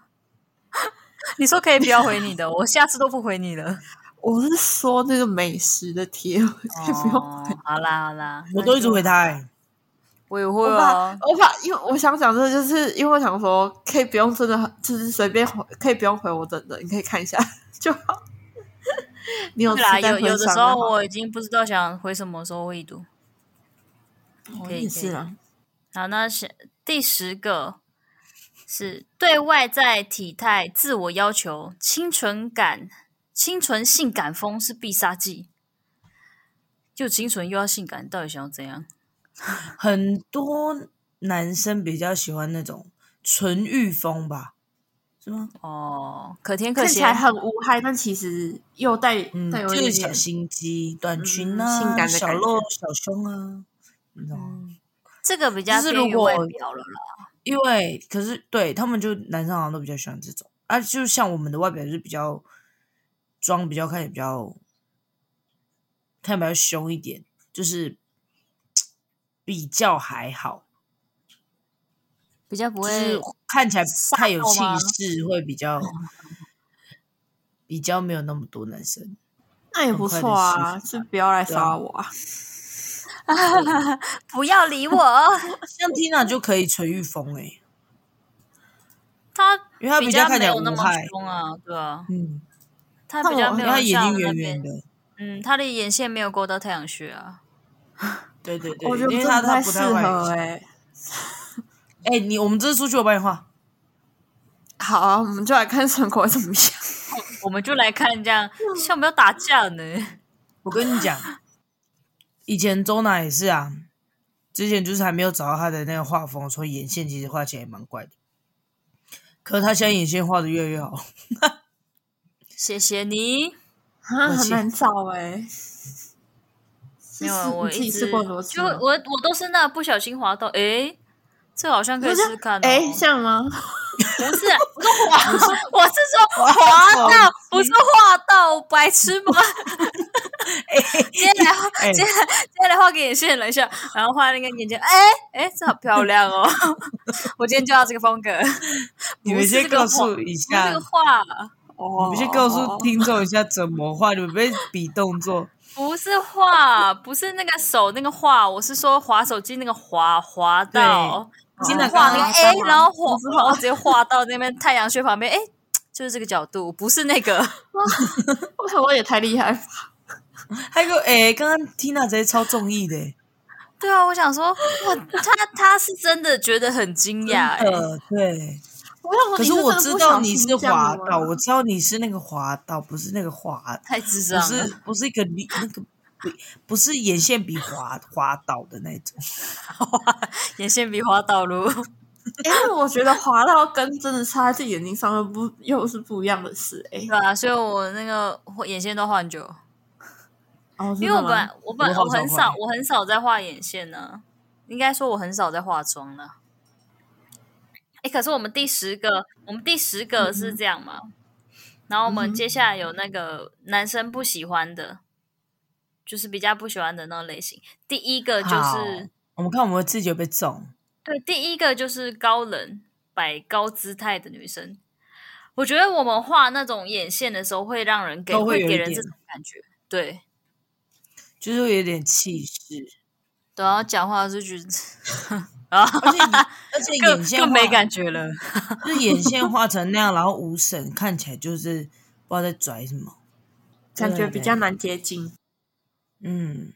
[SPEAKER 3] (laughs) 你说可以不要回你的，我下次都不回你了。
[SPEAKER 1] 我是说那个美食的贴文可 (laughs) 以不用
[SPEAKER 3] 哦，好啦好啦，
[SPEAKER 2] 我都一直回他、欸，
[SPEAKER 3] 我也会
[SPEAKER 1] 我把
[SPEAKER 3] 哦。
[SPEAKER 1] 我把，因为我想讲这个，就是因为我想说，可以不用真的很，就是随便回，可以不用回我等的，你可以看一下就好。你有
[SPEAKER 3] 对啦，
[SPEAKER 1] 吃蛋
[SPEAKER 3] 有
[SPEAKER 1] 分
[SPEAKER 3] 有的
[SPEAKER 1] 享
[SPEAKER 3] 时候
[SPEAKER 1] 吗
[SPEAKER 3] 我已经不知道想回什么时候会读。
[SPEAKER 1] 我
[SPEAKER 3] 可以
[SPEAKER 1] 也
[SPEAKER 3] 可
[SPEAKER 1] 是
[SPEAKER 3] 以
[SPEAKER 1] 啊，
[SPEAKER 3] 好，那是第十个是对外在体态自我要求，清纯感、清纯性感风是必杀技。又清纯又要性感，到底想要怎样？
[SPEAKER 2] 很多男生比较喜欢那种纯欲风吧，是吗？
[SPEAKER 3] 哦，可甜可
[SPEAKER 1] 看起
[SPEAKER 3] 咸，
[SPEAKER 1] 来很无害，但其实又带
[SPEAKER 2] 嗯，
[SPEAKER 1] 带有
[SPEAKER 2] 就
[SPEAKER 1] 一
[SPEAKER 2] 是
[SPEAKER 1] 点
[SPEAKER 2] 小心机、短裙
[SPEAKER 1] 嗯
[SPEAKER 2] 啊、
[SPEAKER 1] 性感的
[SPEAKER 2] 小
[SPEAKER 1] 感
[SPEAKER 2] 露、小胸啊，你懂吗？
[SPEAKER 3] 嗯，这个比较
[SPEAKER 2] 就是
[SPEAKER 3] 偏
[SPEAKER 2] 如
[SPEAKER 3] 于
[SPEAKER 2] 果
[SPEAKER 3] 外表了啦。
[SPEAKER 2] 因为可是对他们就男生好像都比较喜欢这种啊，就像我们的外表就是比较装，比较看起来比较看起来比较凶一点，就是比较还好，
[SPEAKER 3] 比较不
[SPEAKER 2] 就
[SPEAKER 3] 会
[SPEAKER 2] 是看起来太有气
[SPEAKER 3] 到吗
[SPEAKER 2] 势，会比
[SPEAKER 3] (laughs)
[SPEAKER 2] 较比较没有那么多男生。
[SPEAKER 1] 那也不
[SPEAKER 2] 很快
[SPEAKER 1] 错
[SPEAKER 2] 就
[SPEAKER 1] 啊，
[SPEAKER 2] 舒
[SPEAKER 1] 就不要来
[SPEAKER 2] 对
[SPEAKER 1] 骚
[SPEAKER 2] 啊
[SPEAKER 1] 扰我啊。
[SPEAKER 3] 不要理我， (laughs)
[SPEAKER 2] 像 Tina 就可以纯欲风哎、
[SPEAKER 3] 他
[SPEAKER 2] 因为她
[SPEAKER 3] 比
[SPEAKER 2] 较看起
[SPEAKER 3] 没
[SPEAKER 2] 来
[SPEAKER 3] 有
[SPEAKER 2] 无
[SPEAKER 3] 那么
[SPEAKER 2] 害，
[SPEAKER 3] 凶啊，对啊，
[SPEAKER 2] 嗯，
[SPEAKER 3] 他
[SPEAKER 1] 那
[SPEAKER 3] 比较
[SPEAKER 1] 我
[SPEAKER 3] 没
[SPEAKER 2] 因
[SPEAKER 3] 有
[SPEAKER 2] 为她眼
[SPEAKER 3] 像
[SPEAKER 2] 睛
[SPEAKER 3] 那
[SPEAKER 2] 圆
[SPEAKER 3] 边
[SPEAKER 2] 圆的，
[SPEAKER 3] 嗯，他的眼线没有勾到太阳穴啊。
[SPEAKER 2] 对对对，
[SPEAKER 1] 我觉得
[SPEAKER 2] 因为
[SPEAKER 1] 真
[SPEAKER 2] 她
[SPEAKER 1] 的不
[SPEAKER 2] 她
[SPEAKER 1] 太
[SPEAKER 2] 不
[SPEAKER 1] 适
[SPEAKER 2] 太会。
[SPEAKER 1] 合哎、
[SPEAKER 2] 哎、你我们这次出去我帮你画，
[SPEAKER 1] 好啊，我们就来看成果会
[SPEAKER 2] (laughs)
[SPEAKER 1] 怎么样。
[SPEAKER 3] 我们就来看这样，
[SPEAKER 2] 嗯
[SPEAKER 3] 像不要打架呢。 (laughs)
[SPEAKER 2] 我跟你讲，以前周娜也是啊，之前就是还没有找到她的那个画风，所以眼线其实画起来也蛮怪的。可是她现在眼线画的越来越好，
[SPEAKER 3] 谢谢你，
[SPEAKER 1] 啊，
[SPEAKER 2] 我
[SPEAKER 1] 很
[SPEAKER 2] 去
[SPEAKER 1] 难找哎、
[SPEAKER 3] 没有啊
[SPEAKER 1] 是
[SPEAKER 3] 我
[SPEAKER 1] 你自
[SPEAKER 3] 一
[SPEAKER 1] 己
[SPEAKER 3] 直
[SPEAKER 1] 试过很多啊次
[SPEAKER 3] 就
[SPEAKER 2] 啊
[SPEAKER 1] 吗，
[SPEAKER 3] 我我都是那不小心滑到，诶，这好像可以试试看、哦。
[SPEAKER 1] 哎、这样吗？
[SPEAKER 3] 不是，我说滑，我是说滑到，不是画到，白痴吗？ (laughs) 接下来画，
[SPEAKER 2] (laughs) 哎
[SPEAKER 3] 接下来接下来画给眼线了一下，然后画那个眼睛，哎哎，这好漂亮哦！ (laughs) 我今天就要这个风格。
[SPEAKER 2] 你
[SPEAKER 3] 不
[SPEAKER 2] 们
[SPEAKER 3] 是
[SPEAKER 2] 先
[SPEAKER 3] 这个
[SPEAKER 2] 告
[SPEAKER 3] 画
[SPEAKER 2] 诉一
[SPEAKER 3] 不是
[SPEAKER 2] 下
[SPEAKER 3] 这个，画
[SPEAKER 1] 哦
[SPEAKER 2] (laughs) 你们先告诉听众一下怎么画，你们被比动作。
[SPEAKER 3] 不是画，不是那个手那个画，我是说滑手机那个滑滑到，
[SPEAKER 2] 真的
[SPEAKER 3] 画那
[SPEAKER 2] 刚刚
[SPEAKER 3] 个
[SPEAKER 1] 刚
[SPEAKER 3] A，
[SPEAKER 1] 刚
[SPEAKER 3] 然后滑，然后直接画到那边太阳穴旁边，哎，就是这个角度，不是那个。
[SPEAKER 1] 我想我也太厉害了吧，
[SPEAKER 2] 还有，哎、刚刚 Tina 直接超中意的、欸，
[SPEAKER 3] 对啊，我想说，哇，他他是真的觉得很惊讶、哎，
[SPEAKER 2] 呃，对。
[SPEAKER 1] 我想说
[SPEAKER 2] 可
[SPEAKER 1] 你
[SPEAKER 2] 是我
[SPEAKER 1] 真的
[SPEAKER 2] 知
[SPEAKER 1] 不
[SPEAKER 2] 道
[SPEAKER 1] 小
[SPEAKER 2] 你
[SPEAKER 1] 心
[SPEAKER 2] 是
[SPEAKER 1] 这样
[SPEAKER 2] 滑
[SPEAKER 1] 吗
[SPEAKER 2] 道，我知道你是那个滑道，不是那个滑，
[SPEAKER 3] 太智
[SPEAKER 2] 不
[SPEAKER 3] 障了
[SPEAKER 2] 是。不是一个你那个不不是眼线笔滑滑倒的那种。
[SPEAKER 3] 眼线笔滑道路， (laughs)
[SPEAKER 1] 哎、那我觉得滑到跟真的插在眼睛上面不又是不一样的事哎、
[SPEAKER 3] 对啊，所以我那个眼线都画很久，
[SPEAKER 1] 哦，
[SPEAKER 3] 因为我
[SPEAKER 1] 真
[SPEAKER 3] 本
[SPEAKER 1] 的吗
[SPEAKER 3] 来我本来
[SPEAKER 2] 我
[SPEAKER 3] 我
[SPEAKER 2] 好少
[SPEAKER 3] 很少
[SPEAKER 2] 画
[SPEAKER 3] 我很少在画眼线呢、应该说我很少在化妆了。哎，可是我们第十个，我们第十个是这样嘛？然后我
[SPEAKER 1] 嗯
[SPEAKER 3] 们
[SPEAKER 1] 哼
[SPEAKER 3] 接下来有那个男生不喜欢的，就是比较不喜欢的那种类型。第一呃个就
[SPEAKER 2] 好
[SPEAKER 3] 是
[SPEAKER 2] 我们看我们自己有被中，
[SPEAKER 3] 对，第一个就是高冷、摆高姿态的女生。我觉得我们画那种眼线的时候，会让人给
[SPEAKER 2] 都会有
[SPEAKER 3] 给
[SPEAKER 2] 一
[SPEAKER 3] 人这
[SPEAKER 2] 点
[SPEAKER 3] 种感觉。对，
[SPEAKER 2] 就是会有点气势，
[SPEAKER 3] 对然后讲话就觉得 (laughs) 啊， (laughs)
[SPEAKER 2] 而且眼而且哦眼
[SPEAKER 3] 更
[SPEAKER 2] 线
[SPEAKER 3] 更没
[SPEAKER 2] 画嗯
[SPEAKER 3] 感觉了。
[SPEAKER 2] 就是眼线画成那样，然后无神，看起来就是不知道在拽什么。
[SPEAKER 1] 感觉比
[SPEAKER 2] 对
[SPEAKER 1] 较难接近，
[SPEAKER 2] 嗯，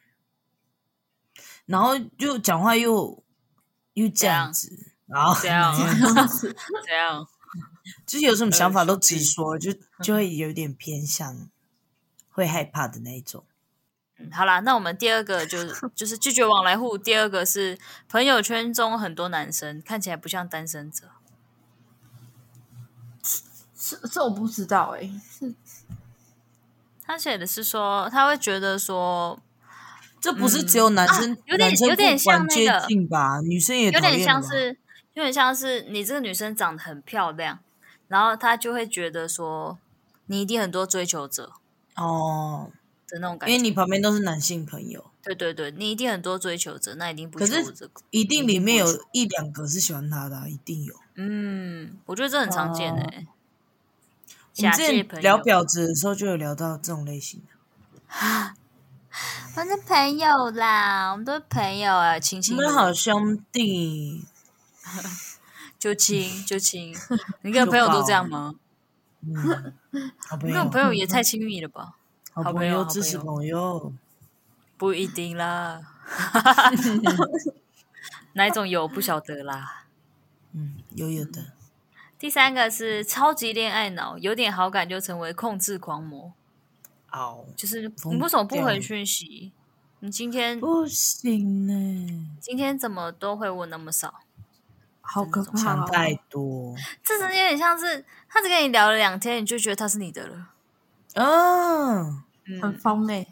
[SPEAKER 2] 然后就讲话又又这样
[SPEAKER 3] 怎样
[SPEAKER 2] 子，然后
[SPEAKER 3] 怎样
[SPEAKER 1] 是
[SPEAKER 3] (laughs) 怎样？
[SPEAKER 2] 就是有什么想法都
[SPEAKER 3] 呃
[SPEAKER 2] 直说，就就会有点偏向会害怕的那一种。
[SPEAKER 3] 嗯，好啦，那我们第二个就是就是拒绝往来户。第二个是朋友圈中很多男生看起来不像单身者，
[SPEAKER 1] 是这我不知道哎、
[SPEAKER 3] 他写的是说他会觉得说
[SPEAKER 2] 这不是只有男生、
[SPEAKER 3] 啊有点
[SPEAKER 2] 男生
[SPEAKER 3] 有点
[SPEAKER 2] 不管
[SPEAKER 3] 像那个
[SPEAKER 2] 接近吧，女生也
[SPEAKER 3] 有
[SPEAKER 2] 讨
[SPEAKER 3] 点
[SPEAKER 2] 厌
[SPEAKER 3] 像
[SPEAKER 2] 吧
[SPEAKER 3] 是，有点像是你这个女生长得很漂亮，然后她就会觉得说你一定很多追求者
[SPEAKER 2] 哦，
[SPEAKER 3] 的那种感
[SPEAKER 2] 因
[SPEAKER 3] 觉。
[SPEAKER 2] 为你旁边都是男性朋友，
[SPEAKER 3] 对对对，你一定很多追求者，那一定不
[SPEAKER 2] 可
[SPEAKER 3] 求
[SPEAKER 2] 是
[SPEAKER 3] 我这个。
[SPEAKER 2] 一定里面有一两个是喜欢他的啊、一定有。
[SPEAKER 3] 嗯，我觉得这很常见诶、欸。
[SPEAKER 2] 哦我
[SPEAKER 3] 下
[SPEAKER 2] 们之
[SPEAKER 3] 界
[SPEAKER 2] 前
[SPEAKER 3] 朋
[SPEAKER 2] 聊
[SPEAKER 3] 友，
[SPEAKER 2] 婊子的时候就有聊到这种类型的，
[SPEAKER 3] 反正朋友啦，我们都是朋友啊，亲
[SPEAKER 2] 我
[SPEAKER 3] 亲
[SPEAKER 2] 们好兄弟
[SPEAKER 3] 就亲就
[SPEAKER 2] (laughs)
[SPEAKER 3] 亲。你跟朋友都这样吗？
[SPEAKER 2] 嗯，
[SPEAKER 3] (laughs)
[SPEAKER 2] 好朋
[SPEAKER 3] 你
[SPEAKER 2] 友，
[SPEAKER 3] 跟朋友也太亲密了吧？
[SPEAKER 2] 好
[SPEAKER 3] 好
[SPEAKER 2] 朋
[SPEAKER 3] 朋友好
[SPEAKER 2] 友，支持
[SPEAKER 3] 朋友
[SPEAKER 2] 朋友，
[SPEAKER 3] 不一定
[SPEAKER 2] (laughs)
[SPEAKER 3] 啦， (laughs) 哪一种有不晓得啦。
[SPEAKER 2] 嗯，有有的，
[SPEAKER 3] 第三个是超级恋爱脑，有点好感就成为控制狂魔，
[SPEAKER 2] 哦，
[SPEAKER 3] 就是
[SPEAKER 2] 疯
[SPEAKER 3] 你为什么不
[SPEAKER 2] 掉哦
[SPEAKER 3] 回
[SPEAKER 2] 了
[SPEAKER 3] 讯息？你今天
[SPEAKER 2] 不行呢、
[SPEAKER 3] 今天怎么都回我那么少？
[SPEAKER 1] 好可怕、
[SPEAKER 2] 想
[SPEAKER 1] 哦！
[SPEAKER 2] 太多，
[SPEAKER 3] 这是有点像是他只跟你聊了两天，你就觉得他是你的了。
[SPEAKER 2] 嗯，
[SPEAKER 1] 很
[SPEAKER 3] 嗯，
[SPEAKER 1] 疯哎、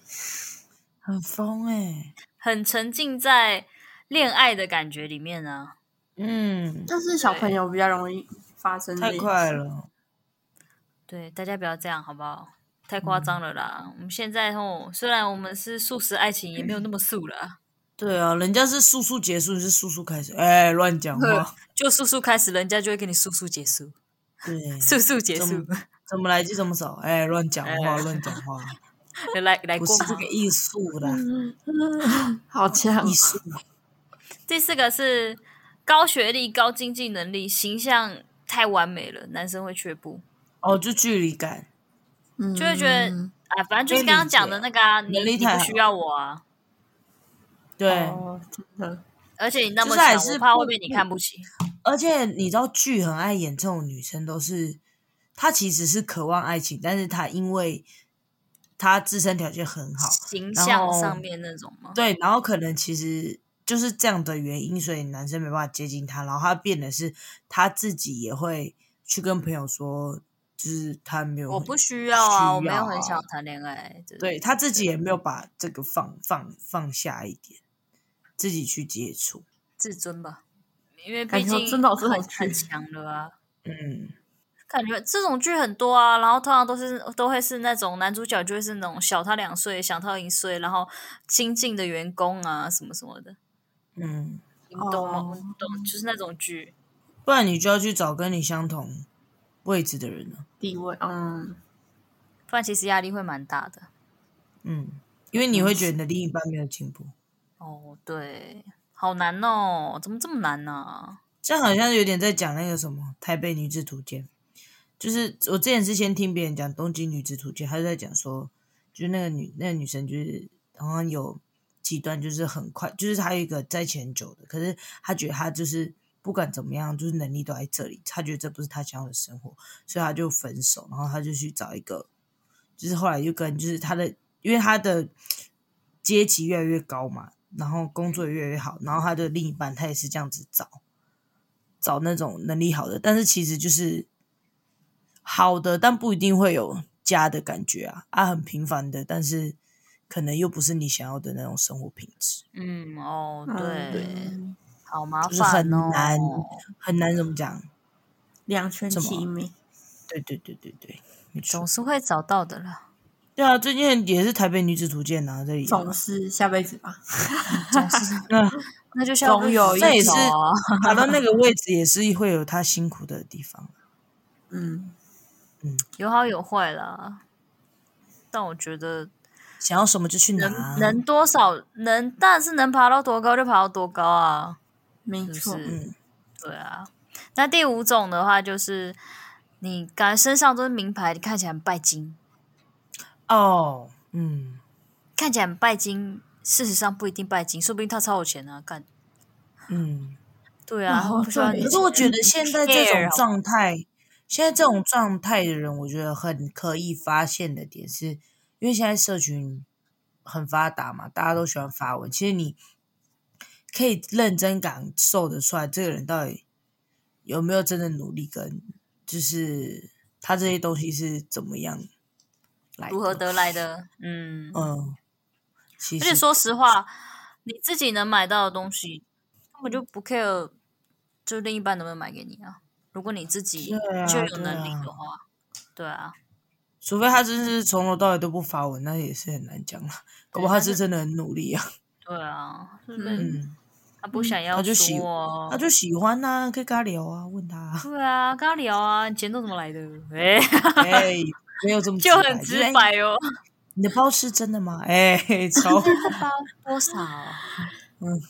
[SPEAKER 2] 很疯哎、
[SPEAKER 3] 很沉浸在恋爱的感觉里面啊。
[SPEAKER 2] 嗯，
[SPEAKER 1] 但是小朋友比较容易发生这
[SPEAKER 2] 太
[SPEAKER 1] 一
[SPEAKER 2] 快
[SPEAKER 1] 种，
[SPEAKER 2] 了，
[SPEAKER 3] 对，大家不要这样好不好？太夸张了啦！我们现在吼，虽然我们是素食爱情，也没有那么素了啊，
[SPEAKER 2] 对啊，人家是速速结束，你是速速开始，哎、乱讲 (laughs) 话，
[SPEAKER 3] 就速速开始，人家就会给你速速结束，
[SPEAKER 2] 对，
[SPEAKER 3] 速速结
[SPEAKER 2] 怎
[SPEAKER 3] 束
[SPEAKER 2] 么，怎么来就怎么走，哎、乱讲话，
[SPEAKER 3] 哎
[SPEAKER 2] 乱讲话，
[SPEAKER 3] 来来
[SPEAKER 2] 不
[SPEAKER 3] 过
[SPEAKER 2] 是
[SPEAKER 3] 吗
[SPEAKER 2] 这个艺术的，
[SPEAKER 1] 嗯 (laughs) 好强
[SPEAKER 2] 艺！术，
[SPEAKER 3] 第四个是高学历、高经济能力，形象太完美了，男生会却步，
[SPEAKER 2] 哦，就距离感，
[SPEAKER 1] 嗯
[SPEAKER 3] 就会觉得、啊，反正就是刚刚讲的那个啊，你
[SPEAKER 2] 能力
[SPEAKER 3] 你
[SPEAKER 2] 太
[SPEAKER 3] 不
[SPEAKER 2] 好
[SPEAKER 3] 需要我啊，
[SPEAKER 2] 对，
[SPEAKER 1] 哦，真的，
[SPEAKER 3] 而且你那么
[SPEAKER 2] 就是还
[SPEAKER 3] 强，
[SPEAKER 2] 是
[SPEAKER 3] 我怕
[SPEAKER 2] 不
[SPEAKER 3] 会被你看不起。
[SPEAKER 2] 而且你知道，剧很爱演这种女生，都是她其实是渴望爱情，但是她因为她自身条件很好，
[SPEAKER 3] 形
[SPEAKER 2] 然
[SPEAKER 3] 象
[SPEAKER 2] 后
[SPEAKER 3] 上面那种吗？
[SPEAKER 2] 对，然后可能其实就是这样的原因，所以男生没办法接近她，然后她变得是她自己也会去跟朋友说，就是她没有
[SPEAKER 3] 我
[SPEAKER 2] 很
[SPEAKER 3] 不需要啊，我
[SPEAKER 2] 需
[SPEAKER 3] 没
[SPEAKER 2] 要
[SPEAKER 3] 有很想
[SPEAKER 2] 啊
[SPEAKER 3] 谈恋爱。对
[SPEAKER 2] 对她自己也没有把这个放放放下一点，自己去接触，
[SPEAKER 3] 自尊吧，因为
[SPEAKER 1] 感
[SPEAKER 3] 毕
[SPEAKER 1] 觉
[SPEAKER 3] 竟
[SPEAKER 1] 真的好像
[SPEAKER 3] 很
[SPEAKER 1] 很
[SPEAKER 3] 很
[SPEAKER 1] 剧
[SPEAKER 3] 强了啊。
[SPEAKER 2] 嗯，
[SPEAKER 3] 感觉这种剧很多啊，然后通常都是都会是那种男主角就会是那种小他两岁、小他一岁，然后新进的员工啊什么什么的，
[SPEAKER 2] 嗯，
[SPEAKER 3] 你们懂吗？
[SPEAKER 1] 哦
[SPEAKER 3] 我们懂，就是那种剧。
[SPEAKER 2] 不然你就要去找跟你相同位置的人了。
[SPEAKER 1] 地位，嗯，
[SPEAKER 3] 不然其实压力会蛮大的。
[SPEAKER 2] 嗯，因为你会觉得你的另一半没有进步，
[SPEAKER 3] 哦，对，好难哦，怎么这么难呢、
[SPEAKER 2] 这样好像有点在讲那个什么《台北女子图鉴》，就是我之前是先听别人讲《东京女子图鉴》，他就在讲说，就是那个女那个女生就是好像有极端，就是很快，就是她有一个在一起很久的，可是她觉得她就是不管怎么样，就是能力都在这里，她觉得这不是她想要的生活，所以她就分手，然后她就去找一个，就是后来就跟就是她的，因为她的阶级越来越高嘛，然后工作也越来越好，然后她的另一半她也是这样子找，找那种能力好的，但是其实就是好的，但不一定会有家的感觉啊，啊，很平凡的，但是可能又不是你想要的那种生活品质，
[SPEAKER 3] 嗯，哦，
[SPEAKER 1] 嗯
[SPEAKER 3] 对，
[SPEAKER 1] 对
[SPEAKER 3] 好麻
[SPEAKER 2] 就是很
[SPEAKER 3] 烦哦。
[SPEAKER 2] 难很难怎么讲？
[SPEAKER 1] 两全
[SPEAKER 2] 什么
[SPEAKER 1] 其美，
[SPEAKER 2] 对对对对对，没错
[SPEAKER 3] 总。是会找到的啦，
[SPEAKER 2] 对啊，最近也是台北女子图鉴啊，这里
[SPEAKER 1] 总是下辈子吧。
[SPEAKER 3] 总是
[SPEAKER 2] 那
[SPEAKER 3] 那就像
[SPEAKER 1] 总有一
[SPEAKER 2] 这也是
[SPEAKER 3] 种啊 (laughs)
[SPEAKER 2] 爬到那个位置也是会有她辛苦的地方。啊
[SPEAKER 1] 嗯，
[SPEAKER 3] 有好有坏啦。但我觉得
[SPEAKER 2] 想要什么就去
[SPEAKER 3] 能、
[SPEAKER 2] 拿，
[SPEAKER 3] 能多少能，但是能爬到多高就爬到多高啊，
[SPEAKER 1] 没
[SPEAKER 3] 是不
[SPEAKER 1] 错
[SPEAKER 3] 是？，
[SPEAKER 2] 嗯
[SPEAKER 3] 对啊。那第五种的话就是，你感觉身上都是名牌，你看起来很拜金，
[SPEAKER 2] 哦，嗯，
[SPEAKER 3] 看起来很拜金，事实上不一定拜金，说不定他超有钱呢、啊。干，
[SPEAKER 2] 嗯，
[SPEAKER 3] 对啊，
[SPEAKER 1] 哦
[SPEAKER 3] 不需要
[SPEAKER 1] 对
[SPEAKER 3] 你
[SPEAKER 2] 可
[SPEAKER 3] 钱。
[SPEAKER 2] 是我觉得现在这
[SPEAKER 3] 嗯 care
[SPEAKER 2] 种
[SPEAKER 3] 好
[SPEAKER 2] 状态，现在这种状态的人，我觉得很可以发现的点是，因为现在社群很发达嘛，大家都喜欢发文，其实你可以认真感受得出来，这个人到底有没有真的努力，跟就是他这些东西是怎么样来的哦
[SPEAKER 3] 如何得来的？嗯，
[SPEAKER 2] 嗯，其
[SPEAKER 3] 而
[SPEAKER 2] 实
[SPEAKER 3] 且说实话，你自己能买到的东西，根本就不 care，就另一半能不能买给你啊？如果你自己
[SPEAKER 2] 对啊
[SPEAKER 3] 就有
[SPEAKER 2] 对
[SPEAKER 3] 能力
[SPEAKER 2] 啊
[SPEAKER 3] 的话，对啊，
[SPEAKER 2] 除非他真是从头到尾都不发文，那也是很难讲了。搞不好他是真的很努力啊，
[SPEAKER 3] 对啊，是不是？
[SPEAKER 2] 嗯，
[SPEAKER 3] 他不想要
[SPEAKER 2] 他就喜
[SPEAKER 3] 说，，
[SPEAKER 2] 他就喜欢呐、可以跟他聊啊，问他、
[SPEAKER 3] (laughs)
[SPEAKER 2] 啊
[SPEAKER 3] 对啊，跟他聊啊，你钱都怎么来
[SPEAKER 2] (laughs)
[SPEAKER 3] 的？哎、
[SPEAKER 2] 哎、没有这么
[SPEAKER 3] (laughs) 就很
[SPEAKER 2] 就是
[SPEAKER 3] 直
[SPEAKER 2] 哎
[SPEAKER 3] 白哦。
[SPEAKER 2] 你的包是真的吗？哎、 (laughs) 超
[SPEAKER 3] (laughs) 多少？啊
[SPEAKER 2] 嗯，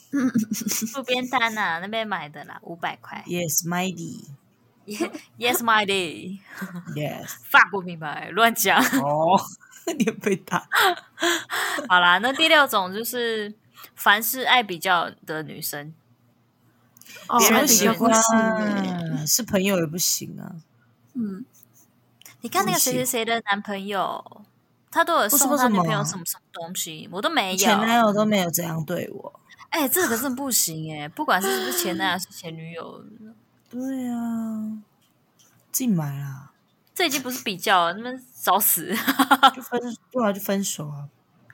[SPEAKER 3] 路边摊呐、那边买的啦，五百块。
[SPEAKER 2] yes,
[SPEAKER 3] (laughs)
[SPEAKER 2] mighty,
[SPEAKER 3] Yes, my day，
[SPEAKER 2] yes，
[SPEAKER 3] (laughs) 法国品牌，乱讲。 (laughs)
[SPEAKER 2] 哦，脸被打，
[SPEAKER 3] 好啦，那第六种就是凡是爱比较的女生，
[SPEAKER 1] 哦
[SPEAKER 3] 别人
[SPEAKER 1] 爱比
[SPEAKER 3] 喜
[SPEAKER 1] 较不
[SPEAKER 3] 欢
[SPEAKER 1] 行欸
[SPEAKER 2] 是朋友也不行啊，
[SPEAKER 1] 嗯，
[SPEAKER 3] 你看那个
[SPEAKER 2] 不喜
[SPEAKER 3] 谁谁谁的男朋友，他都有送
[SPEAKER 2] 为什
[SPEAKER 3] 他
[SPEAKER 2] 么
[SPEAKER 3] 女朋友什么什么东西，我都没有
[SPEAKER 2] 前。男友都没有这样对我，
[SPEAKER 3] 哎、这个真的不行哎、不管是不是前男友还是前女友，
[SPEAKER 2] 对啊，自己买
[SPEAKER 3] (laughs)
[SPEAKER 2] 啦，
[SPEAKER 3] 这已经不是比较了，那么找死。
[SPEAKER 2] 就分，对啊，就分手啊，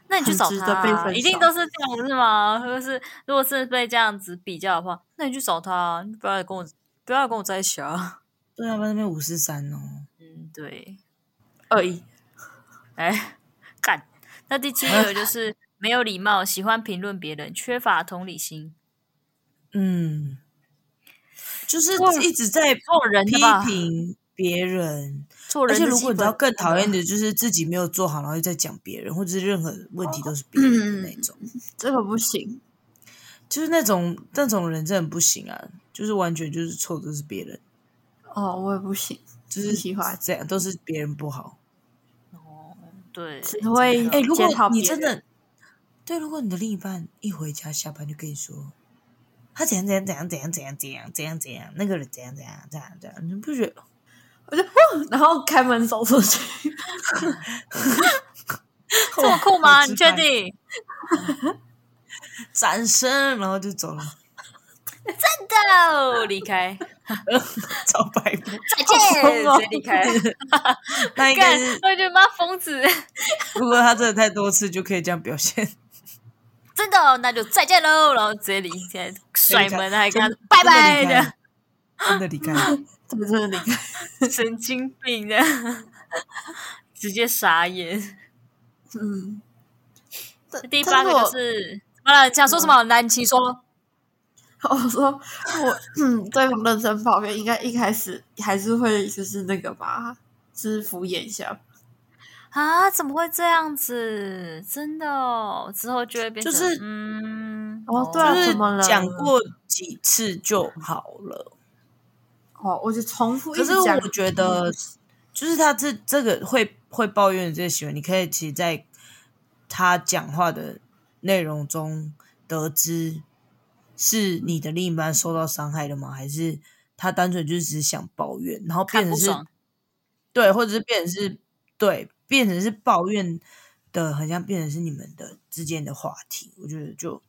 [SPEAKER 3] 那你去找
[SPEAKER 1] 很值
[SPEAKER 3] 他、
[SPEAKER 1] 得被分
[SPEAKER 3] 啊，
[SPEAKER 1] 手
[SPEAKER 3] 一定都是这样不是吗？或者是如果是被这样子比较的话，那你去找他啊，你不要来跟我，不要来跟我在一起啊。 (laughs)
[SPEAKER 2] 对啊，不然那边五四三哦，
[SPEAKER 3] 嗯，对，
[SPEAKER 1] 恶意
[SPEAKER 3] 哎，干。那第七
[SPEAKER 2] 哎
[SPEAKER 3] 个就是没有礼貌，喜欢评论别人，缺乏同理心，
[SPEAKER 2] 嗯，就是
[SPEAKER 3] 哇
[SPEAKER 2] 一直在
[SPEAKER 3] 做人
[SPEAKER 2] 批
[SPEAKER 3] 的吧，
[SPEAKER 2] 评别人，
[SPEAKER 3] 做
[SPEAKER 2] 而
[SPEAKER 3] 人
[SPEAKER 2] 且
[SPEAKER 3] 的
[SPEAKER 2] 如
[SPEAKER 3] 基
[SPEAKER 2] 果你知
[SPEAKER 3] 本
[SPEAKER 2] 道更讨
[SPEAKER 3] 啊
[SPEAKER 2] 厌的就是自己没有做好，然后又在讲别人，或者是任何问
[SPEAKER 3] 哦
[SPEAKER 2] 题都是别
[SPEAKER 3] 嗯
[SPEAKER 2] 人的那种，
[SPEAKER 1] 这个不行，
[SPEAKER 2] 就是那种那种人真的不行啊，就是完全就是错都是别人，
[SPEAKER 1] 哦，我也不行，
[SPEAKER 2] 就是
[SPEAKER 1] 不喜欢
[SPEAKER 2] 这样，都是别人不好。
[SPEAKER 3] 哦，对，
[SPEAKER 1] 只会
[SPEAKER 3] 嗯 (laughs)
[SPEAKER 2] 哎、如果
[SPEAKER 1] 检讨别
[SPEAKER 2] 你真
[SPEAKER 1] 人
[SPEAKER 2] 的对，如果你的另一半一回家下班就跟你说。他怎样怎样怎样怎样怎样怎样怎样怎样，那个人怎样怎样怎样怎样，你不觉得
[SPEAKER 1] 我就哦然后开门走出去，
[SPEAKER 3] (laughs) 这么酷
[SPEAKER 2] 好
[SPEAKER 3] 吗？
[SPEAKER 2] 直
[SPEAKER 3] 你确
[SPEAKER 2] 白
[SPEAKER 3] 定？
[SPEAKER 2] 掌声，然后就走了， (laughs)
[SPEAKER 3] 到离开，
[SPEAKER 2] 超白目。
[SPEAKER 3] 再
[SPEAKER 1] 好
[SPEAKER 3] 见，
[SPEAKER 1] 疯哦
[SPEAKER 3] 直接离
[SPEAKER 2] (laughs)
[SPEAKER 3] 开，
[SPEAKER 2] 那应该
[SPEAKER 3] 干
[SPEAKER 2] 是，
[SPEAKER 3] 我觉得妈疯子，
[SPEAKER 2] 如果他真的太多次，就可以这样表现。
[SPEAKER 3] 真的哦，那就再见喽，然后直接离开，甩门还跟他说拜拜的，
[SPEAKER 2] 真的离 (laughs) 开，真的离开。
[SPEAKER 1] 怎么真的离开？
[SPEAKER 3] (laughs) 神经病的，直接傻眼。
[SPEAKER 1] 嗯，
[SPEAKER 3] 第八个
[SPEAKER 1] 但
[SPEAKER 3] 就是
[SPEAKER 1] 我
[SPEAKER 3] 怎么了？你想说什么？来，你请说。
[SPEAKER 1] 哦我说我嗯，对方认真抱怨，应该一开始还是会就是那个吧，就是敷衍一下。
[SPEAKER 3] 啊，怎么会这样子？真的哦，之后就会变成
[SPEAKER 2] 就是
[SPEAKER 3] 嗯，
[SPEAKER 1] 哦对啊怎么
[SPEAKER 2] 就
[SPEAKER 1] 了
[SPEAKER 2] 是讲过几次就好了。
[SPEAKER 1] 哦，我就重复一
[SPEAKER 2] 可
[SPEAKER 1] 直
[SPEAKER 2] 是
[SPEAKER 1] 讲。嗯
[SPEAKER 2] 我觉得，就是他这这个会会抱怨的这个行为，你可以其实在他讲话的内容中得知，是你的另一半受到伤害了吗？还是他单纯就是只想抱怨，然后
[SPEAKER 3] 看
[SPEAKER 2] 变成
[SPEAKER 3] 不
[SPEAKER 2] 是
[SPEAKER 3] 爽，
[SPEAKER 2] 对，或者是变成是对，变成是抱怨的，很像变成是你们的之间的话题。我觉得就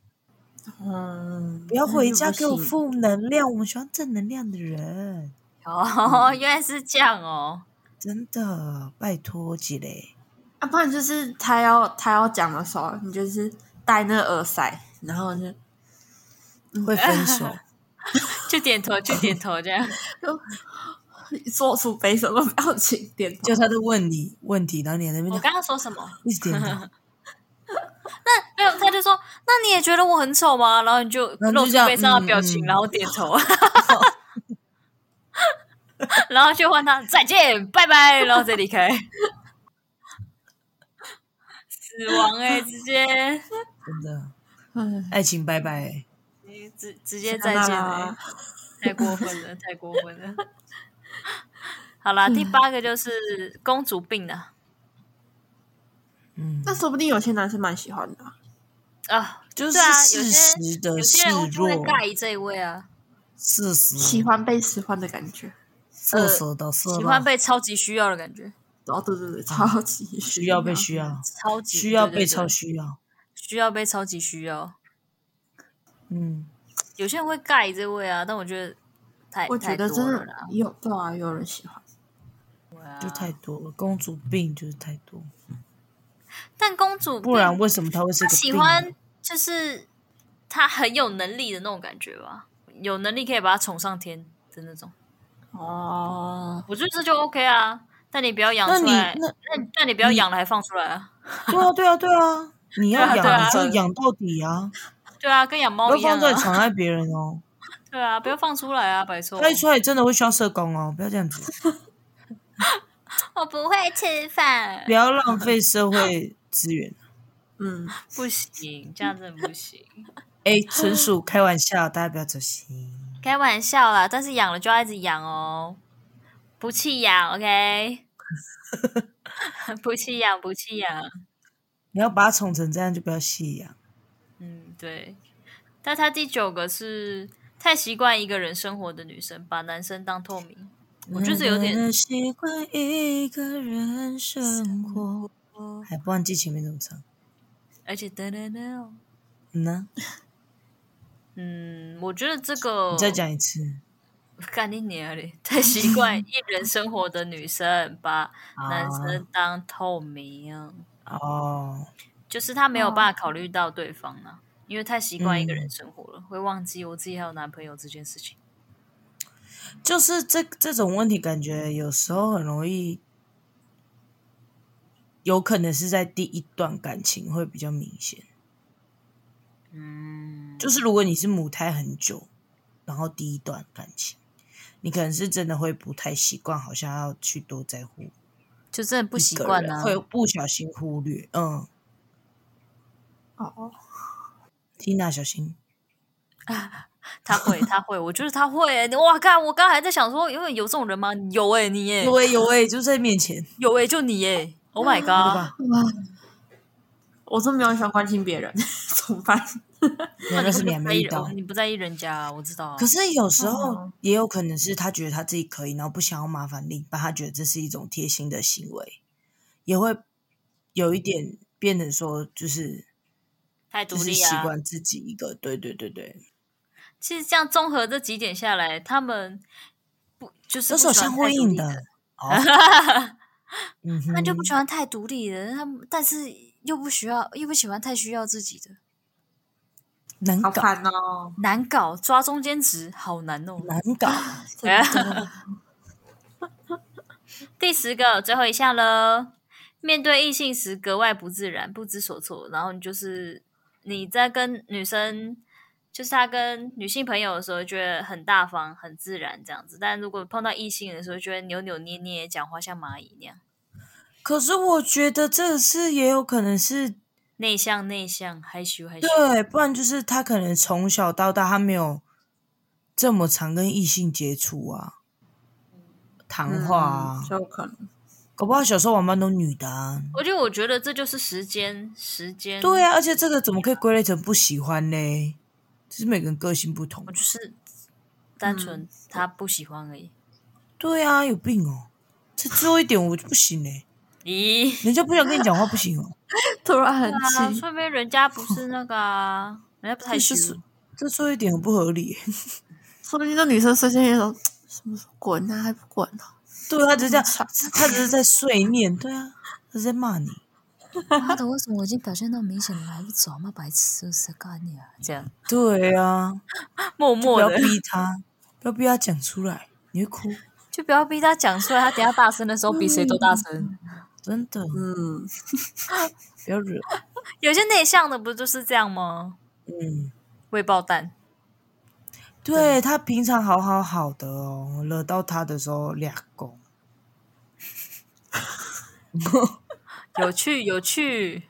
[SPEAKER 1] 嗯，
[SPEAKER 2] 不要回家
[SPEAKER 1] 那就
[SPEAKER 2] 给我
[SPEAKER 1] 不行
[SPEAKER 2] 负能量，我们喜欢正能量的人，
[SPEAKER 3] 哦， (laughs) 原来是这样哦。
[SPEAKER 2] 真的，拜托几嘞。
[SPEAKER 1] 啊，不然就是他要他要讲的时候，你就是戴那个耳塞，然后就
[SPEAKER 3] 嗯
[SPEAKER 2] 会分手，
[SPEAKER 3] (laughs) 就点头，就点头，这样
[SPEAKER 1] 做出悲伤的表情，点头
[SPEAKER 2] 就他在问你问题，然后你还在那
[SPEAKER 3] 我
[SPEAKER 2] 边
[SPEAKER 3] 刚刚说什么？
[SPEAKER 2] 一直点
[SPEAKER 3] (laughs)
[SPEAKER 2] 头，
[SPEAKER 3] 没有，他就说：“那你也觉得我很丑吗？”然后你就
[SPEAKER 2] 然
[SPEAKER 3] 露
[SPEAKER 2] 后就
[SPEAKER 3] 出
[SPEAKER 2] 这样
[SPEAKER 3] 悲伤的表情，
[SPEAKER 2] 嗯嗯
[SPEAKER 3] 然后点
[SPEAKER 2] (laughs)
[SPEAKER 3] 头，然后就换他再见，拜拜，然后再离开。死亡哎、
[SPEAKER 2] (laughs)
[SPEAKER 3] 直接
[SPEAKER 2] 真的，
[SPEAKER 1] 嗯，
[SPEAKER 2] 爱情拜欸拜。
[SPEAKER 3] 直直接再见哎、太过分
[SPEAKER 2] (laughs)
[SPEAKER 3] 了，太过分了。好啦，第八个就是公主病啊了
[SPEAKER 2] 嗯，
[SPEAKER 1] 那说不定有些男生蛮喜欢的啊、
[SPEAKER 3] 啊，
[SPEAKER 2] 就是
[SPEAKER 3] 对啊有些
[SPEAKER 2] 事实的
[SPEAKER 3] 有
[SPEAKER 2] 示
[SPEAKER 3] 些人就
[SPEAKER 2] 弱
[SPEAKER 3] 会，尬于这一位啊，
[SPEAKER 2] 事
[SPEAKER 1] 喜
[SPEAKER 2] 实，
[SPEAKER 1] 欢被喜欢的感觉。
[SPEAKER 2] 色色的色，
[SPEAKER 3] 呃喜欢被超级需要的感觉，
[SPEAKER 1] 哦，对对对，超级
[SPEAKER 2] 需要被需要，
[SPEAKER 3] 超级
[SPEAKER 2] 需要
[SPEAKER 3] 对对
[SPEAKER 2] 被
[SPEAKER 3] 对
[SPEAKER 2] 超需要。
[SPEAKER 3] 需要被超级需要。
[SPEAKER 2] 嗯，
[SPEAKER 3] 有些人会盖这位啊，但我觉得太
[SPEAKER 1] 我觉得
[SPEAKER 3] 太多
[SPEAKER 1] 真
[SPEAKER 3] 了
[SPEAKER 1] 的
[SPEAKER 3] 啦，
[SPEAKER 1] 有对啊，有人喜欢。
[SPEAKER 3] 对啊
[SPEAKER 2] 就太多了，公主病就是太多。
[SPEAKER 3] 但公主
[SPEAKER 2] 不然为什么它会是
[SPEAKER 3] 她
[SPEAKER 2] 个
[SPEAKER 3] 喜
[SPEAKER 2] 病
[SPEAKER 3] 欢就是她很有能力的那种感觉吧，有能力可以把她宠上天的那种。
[SPEAKER 1] 哦，
[SPEAKER 3] 我觉得这就 OK 啊，但你不要养
[SPEAKER 2] 那
[SPEAKER 3] 出
[SPEAKER 2] 你
[SPEAKER 3] 来，
[SPEAKER 2] 那
[SPEAKER 3] 但但你不要养了还放出来啊。 (laughs)
[SPEAKER 2] 对啊对啊对啊，你要
[SPEAKER 3] 对啊对啊
[SPEAKER 2] 养你就养到底啊，
[SPEAKER 3] 对啊，跟养
[SPEAKER 2] 不
[SPEAKER 3] 猫
[SPEAKER 2] 要
[SPEAKER 3] 一样
[SPEAKER 2] 放在
[SPEAKER 3] 啊。
[SPEAKER 2] 宠爱别人哦。
[SPEAKER 3] (laughs) 对啊，不要放出来啊，拜托。
[SPEAKER 2] 他一出来真的会需要社工哦，不要这样子，
[SPEAKER 3] 我不会吃饭
[SPEAKER 2] 不，要浪费社会资源。
[SPEAKER 1] 嗯，
[SPEAKER 3] 不行，这样真的不行。
[SPEAKER 2] 哎，
[SPEAKER 3] (laughs)
[SPEAKER 2] 纯属开玩笑，大家不要走心。
[SPEAKER 3] 开玩笑啦，但是养了就要一直养哦，不弃养，OK？不弃养，不弃养，
[SPEAKER 2] 你要把它宠成这样，就不要啊细养。
[SPEAKER 3] 嗯，对。但她第九个是太习惯一个人生活的女生，把男生当透明，我觉得有
[SPEAKER 2] 嗯
[SPEAKER 3] 点
[SPEAKER 2] 习惯一个人生活，还不忘记前面怎么唱。
[SPEAKER 3] 而且等等等，
[SPEAKER 2] 嗯呢？
[SPEAKER 3] 嗯，我觉得这个
[SPEAKER 2] 你再讲一次。
[SPEAKER 3] 干你娘嘞！太习惯一人生活的女生，把男生当透明，
[SPEAKER 2] 啊哦，
[SPEAKER 3] 就是她没有办法考虑到对方啊，因为太习惯一个
[SPEAKER 2] 嗯
[SPEAKER 3] 人生活了，会忘记我自己还有男朋友这件事情。
[SPEAKER 2] 就是这这种问题，感觉有时候很容易，有可能是在第一段感情会比较明显。
[SPEAKER 3] 嗯，
[SPEAKER 2] 就是如果你是母胎很久，然后第一段感情，你可能是真的会不太习惯，好像要去多在乎
[SPEAKER 3] 就真的不习
[SPEAKER 2] 一个
[SPEAKER 3] 惯
[SPEAKER 2] 人
[SPEAKER 3] 啊。
[SPEAKER 2] 会不小心忽略。嗯
[SPEAKER 1] 哦，
[SPEAKER 2] ，Tina 小心，
[SPEAKER 3] 他会，他会，我觉得他会、欸。哇，看我刚才还在想说，因为有这种人吗？有哎、你耶、
[SPEAKER 2] 有诶、有诶、就在面 (laughs) 前，对
[SPEAKER 3] 有哎、就你耶、Oh
[SPEAKER 2] (laughs)
[SPEAKER 3] my
[SPEAKER 2] 吧
[SPEAKER 3] god！？
[SPEAKER 1] 我是没有很喜欢关心别人， (laughs) 怎么办？
[SPEAKER 2] 那 (laughs) 那是你还没遇到。
[SPEAKER 3] 你不在意人家、啊，我知道、啊。
[SPEAKER 2] 哦可是有时候
[SPEAKER 3] 嗯
[SPEAKER 1] 哦
[SPEAKER 2] 也有可能是他觉得他自己可以，然后不想要麻烦另一半，他觉得这是一种贴心的行为，也会有一点变成说，就是
[SPEAKER 3] 太独
[SPEAKER 2] 就是
[SPEAKER 3] 立
[SPEAKER 2] 习
[SPEAKER 3] 啊，
[SPEAKER 2] 惯自己一个，对对对对，
[SPEAKER 3] 其实这样综合这几点下来，他们不就是
[SPEAKER 2] 这
[SPEAKER 3] 不
[SPEAKER 2] 是
[SPEAKER 3] 喜
[SPEAKER 2] 有
[SPEAKER 3] 欢太
[SPEAKER 2] 相呼
[SPEAKER 3] 独
[SPEAKER 2] 应
[SPEAKER 3] 立
[SPEAKER 2] 的
[SPEAKER 3] 的，。
[SPEAKER 2] 哦， (laughs)
[SPEAKER 3] 他
[SPEAKER 2] 嗯哼，
[SPEAKER 3] 们就不喜欢太独立的，他们但是又不需要，又不喜欢太需要自己的，
[SPEAKER 2] 难
[SPEAKER 1] 好
[SPEAKER 2] 搞，
[SPEAKER 1] 烦哦，
[SPEAKER 3] 难搞，抓中间值好难
[SPEAKER 2] (laughs)
[SPEAKER 3] 哦。
[SPEAKER 2] 难搞。
[SPEAKER 1] 真的
[SPEAKER 3] (laughs) 第十个，最后一项了。面对异性时格外不自然、不知所措，然后你就是你在跟女生，就是他跟女性朋友的时候，觉得很大方、很自然这样子，但如果碰到异性的时候，觉得扭扭捏捏，讲话像蚂蚁那样，
[SPEAKER 2] 可是我觉得这是也有可能是
[SPEAKER 3] 内向内向，害羞害羞。
[SPEAKER 2] 对，不然就是他可能从小到大他没有这么常跟异性接触啊，谈话啊
[SPEAKER 1] 嗯，就可能
[SPEAKER 2] 搞不好小时候我们班都女的啊。
[SPEAKER 3] 我就我觉得这就是时间，时间。
[SPEAKER 2] 对啊，而且这个怎么可以归类成不喜欢嘞？就是每个人个性不同
[SPEAKER 3] 我。就是单
[SPEAKER 2] 嗯
[SPEAKER 3] 纯他不喜欢而已。
[SPEAKER 2] 对啊，有病哦！这最后一点我就不行嘞、
[SPEAKER 3] 咦、
[SPEAKER 2] 人家不想跟你讲话不行哦。
[SPEAKER 1] 突然很
[SPEAKER 3] 啊，
[SPEAKER 1] 气，
[SPEAKER 3] 说明人家不是那个
[SPEAKER 2] (laughs)
[SPEAKER 3] 啊，人家 (laughs) 不太
[SPEAKER 2] 这
[SPEAKER 3] 羞。
[SPEAKER 2] 是这最后一点很不合理、 (laughs)
[SPEAKER 1] 说不定这女生睡觉也说什么时候滚啊，还不滚呢、
[SPEAKER 2] 对啊他只是这样
[SPEAKER 1] 傻，
[SPEAKER 2] (laughs) 他只是在碎念，对啊，他是在骂你。
[SPEAKER 3] 妈的，为什么我已经表现到明显了还不走？妈白痴，是干你啊！这样
[SPEAKER 2] 对啊，
[SPEAKER 3] (laughs) 默
[SPEAKER 2] 不
[SPEAKER 3] 默
[SPEAKER 2] 要
[SPEAKER 3] 的，
[SPEAKER 2] 逼他，不要逼他讲出来，你会哭，
[SPEAKER 3] 就不要逼他讲出来。他等下大声的时候比谁都大声。
[SPEAKER 2] 真的，
[SPEAKER 1] 嗯，
[SPEAKER 2] 不要惹。
[SPEAKER 3] 有些内向的不就是这样吗？
[SPEAKER 2] 嗯，
[SPEAKER 3] 未爆弹，
[SPEAKER 2] 对他平常好好好的哦，惹到他的时候俩狗。
[SPEAKER 3] 有趣有趣，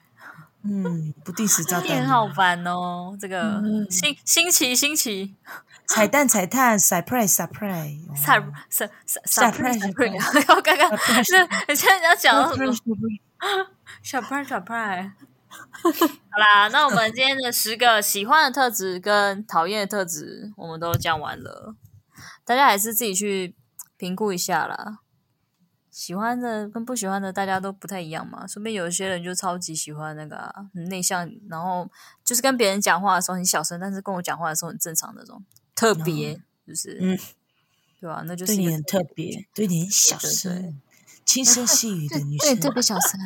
[SPEAKER 2] 嗯，不定时炸
[SPEAKER 3] 你很
[SPEAKER 2] 弹
[SPEAKER 3] 好
[SPEAKER 2] 哦，
[SPEAKER 3] 玩哦。这个
[SPEAKER 2] 嗯
[SPEAKER 3] 新新奇新奇
[SPEAKER 2] 彩蛋彩蛋，surprise surprise，
[SPEAKER 3] (laughs)
[SPEAKER 2] 哦
[SPEAKER 3] ，sar sar sar
[SPEAKER 2] Surprise，
[SPEAKER 3] (laughs) sar，我刚刚
[SPEAKER 2] surprise，
[SPEAKER 3] 是现在要讲到什么
[SPEAKER 2] surprise，？surprise
[SPEAKER 3] 小派小派。 (laughs) 好啦，那我们今天的十个喜欢的特质跟讨厌的特质，我们都讲完了，大家还是自己去评估一下啦。喜欢的跟不喜欢的，大家都不太一样嘛。说不定有一些人就超级喜欢那个啊很内、向，然后就是跟别人讲话的时候很小声，但是跟我讲话的时候很正常那种，特别、就是，
[SPEAKER 2] 嗯
[SPEAKER 3] 对吧、那就是
[SPEAKER 2] 对
[SPEAKER 3] 一
[SPEAKER 2] 你
[SPEAKER 3] 个
[SPEAKER 2] 很特别，对你很小
[SPEAKER 3] 对对
[SPEAKER 2] 声，轻声细语的女
[SPEAKER 3] 对 (laughs)
[SPEAKER 2] 生，
[SPEAKER 3] 特别小声，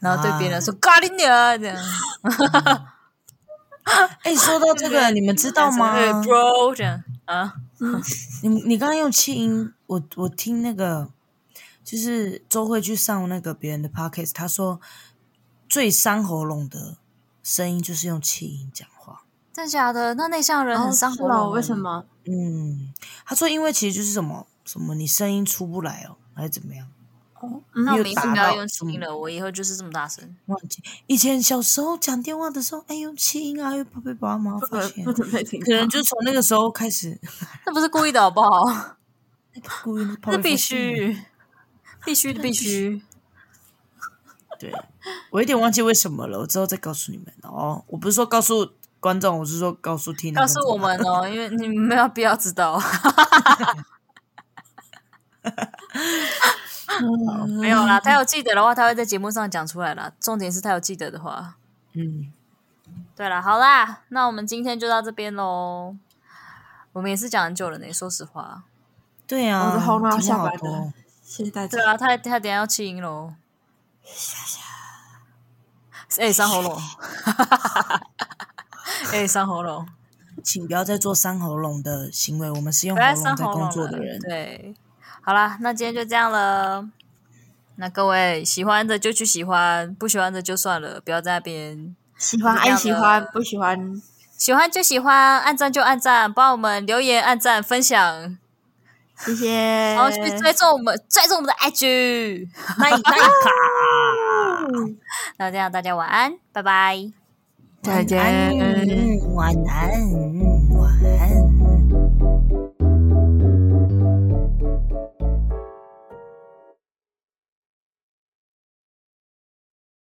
[SPEAKER 3] 然后对别
[SPEAKER 2] 啊
[SPEAKER 3] 人说“咖喱鸟”啊这样。
[SPEAKER 2] 哎、说到这个，你们知道吗？
[SPEAKER 3] 对，bro 这样啊，
[SPEAKER 2] 你你刚刚用气音，我我听那个就是周慧去上那个别人的 podcast，他说最伤喉咙的声音就是用气音讲话。
[SPEAKER 3] 真假的？那内向人
[SPEAKER 1] 然后
[SPEAKER 3] 很伤
[SPEAKER 1] 是
[SPEAKER 3] 喉
[SPEAKER 1] 哦，
[SPEAKER 3] 咙，
[SPEAKER 1] 为什？么？
[SPEAKER 2] 嗯，他说因为其实就是什么什么你声音出不来哦，还是怎么样？
[SPEAKER 3] 那我
[SPEAKER 2] 又
[SPEAKER 3] 们以
[SPEAKER 2] 达
[SPEAKER 3] 后不要
[SPEAKER 2] 到
[SPEAKER 3] 用轻
[SPEAKER 2] 嗯
[SPEAKER 3] 了，我以后就是这么大声。 (laughs)
[SPEAKER 2] 忘记以前小时候讲电话的时候，哎，用气音啊，又怕被爸妈
[SPEAKER 1] 不
[SPEAKER 2] 发
[SPEAKER 1] 准
[SPEAKER 2] 现
[SPEAKER 1] 不，准备听到，
[SPEAKER 2] 可能就从那个时候开始，
[SPEAKER 3] 那不是故意的好不
[SPEAKER 1] 哦
[SPEAKER 3] 好？
[SPEAKER 2] (laughs) 故意怕
[SPEAKER 3] 那必
[SPEAKER 2] 被发现
[SPEAKER 3] 须，必须的，必须。
[SPEAKER 2] 对，我有点忘记为什么了，我之后再告诉你们哦。我不是说告诉观众，我是说告诉听众
[SPEAKER 3] 告诉我们哦，因为你们没有必要知道。没有啦，他有记得的话，他会在节目上讲出来啦。重点是他有记得的话。
[SPEAKER 2] 嗯，
[SPEAKER 3] 对啦，好啦，那我们今天就到这边喽。我们也是讲很久了呢，说实话。
[SPEAKER 2] 对啊，
[SPEAKER 1] 我的喉咙
[SPEAKER 2] 题
[SPEAKER 1] 要
[SPEAKER 2] 目
[SPEAKER 1] 下
[SPEAKER 2] 好
[SPEAKER 1] 班
[SPEAKER 2] 多
[SPEAKER 1] 了谢谢大家
[SPEAKER 3] 对。啊，他他等一下要弃音喽。哎、伤喉咙。 (laughs) 哎、伤喉咙。
[SPEAKER 2] 请不要再做伤喉咙的行为，我们是用
[SPEAKER 3] 不
[SPEAKER 2] 喉
[SPEAKER 3] 要
[SPEAKER 2] 咙
[SPEAKER 3] 伤
[SPEAKER 2] 哦在
[SPEAKER 3] 喉
[SPEAKER 2] 工
[SPEAKER 3] 咙
[SPEAKER 2] 作
[SPEAKER 3] 了
[SPEAKER 2] 的人。
[SPEAKER 3] 对，好啦，那今天就这样了。那各位喜欢的就去喜欢，不喜欢的就算了，不要在那边。
[SPEAKER 1] 喜欢
[SPEAKER 3] 就这样
[SPEAKER 1] 爱喜欢
[SPEAKER 3] 了，
[SPEAKER 1] 不喜欢
[SPEAKER 3] 喜欢就喜欢，按赞就按赞，帮我们留言、按赞、分享，
[SPEAKER 1] 谢谢。
[SPEAKER 3] 然后去追踪我们，追踪我们的
[SPEAKER 2] (laughs)
[SPEAKER 3] IG。
[SPEAKER 2] 那那卡，
[SPEAKER 3] (laughs) 那这样大家晚安，拜拜。
[SPEAKER 1] 再见。
[SPEAKER 2] 晚安，晚安。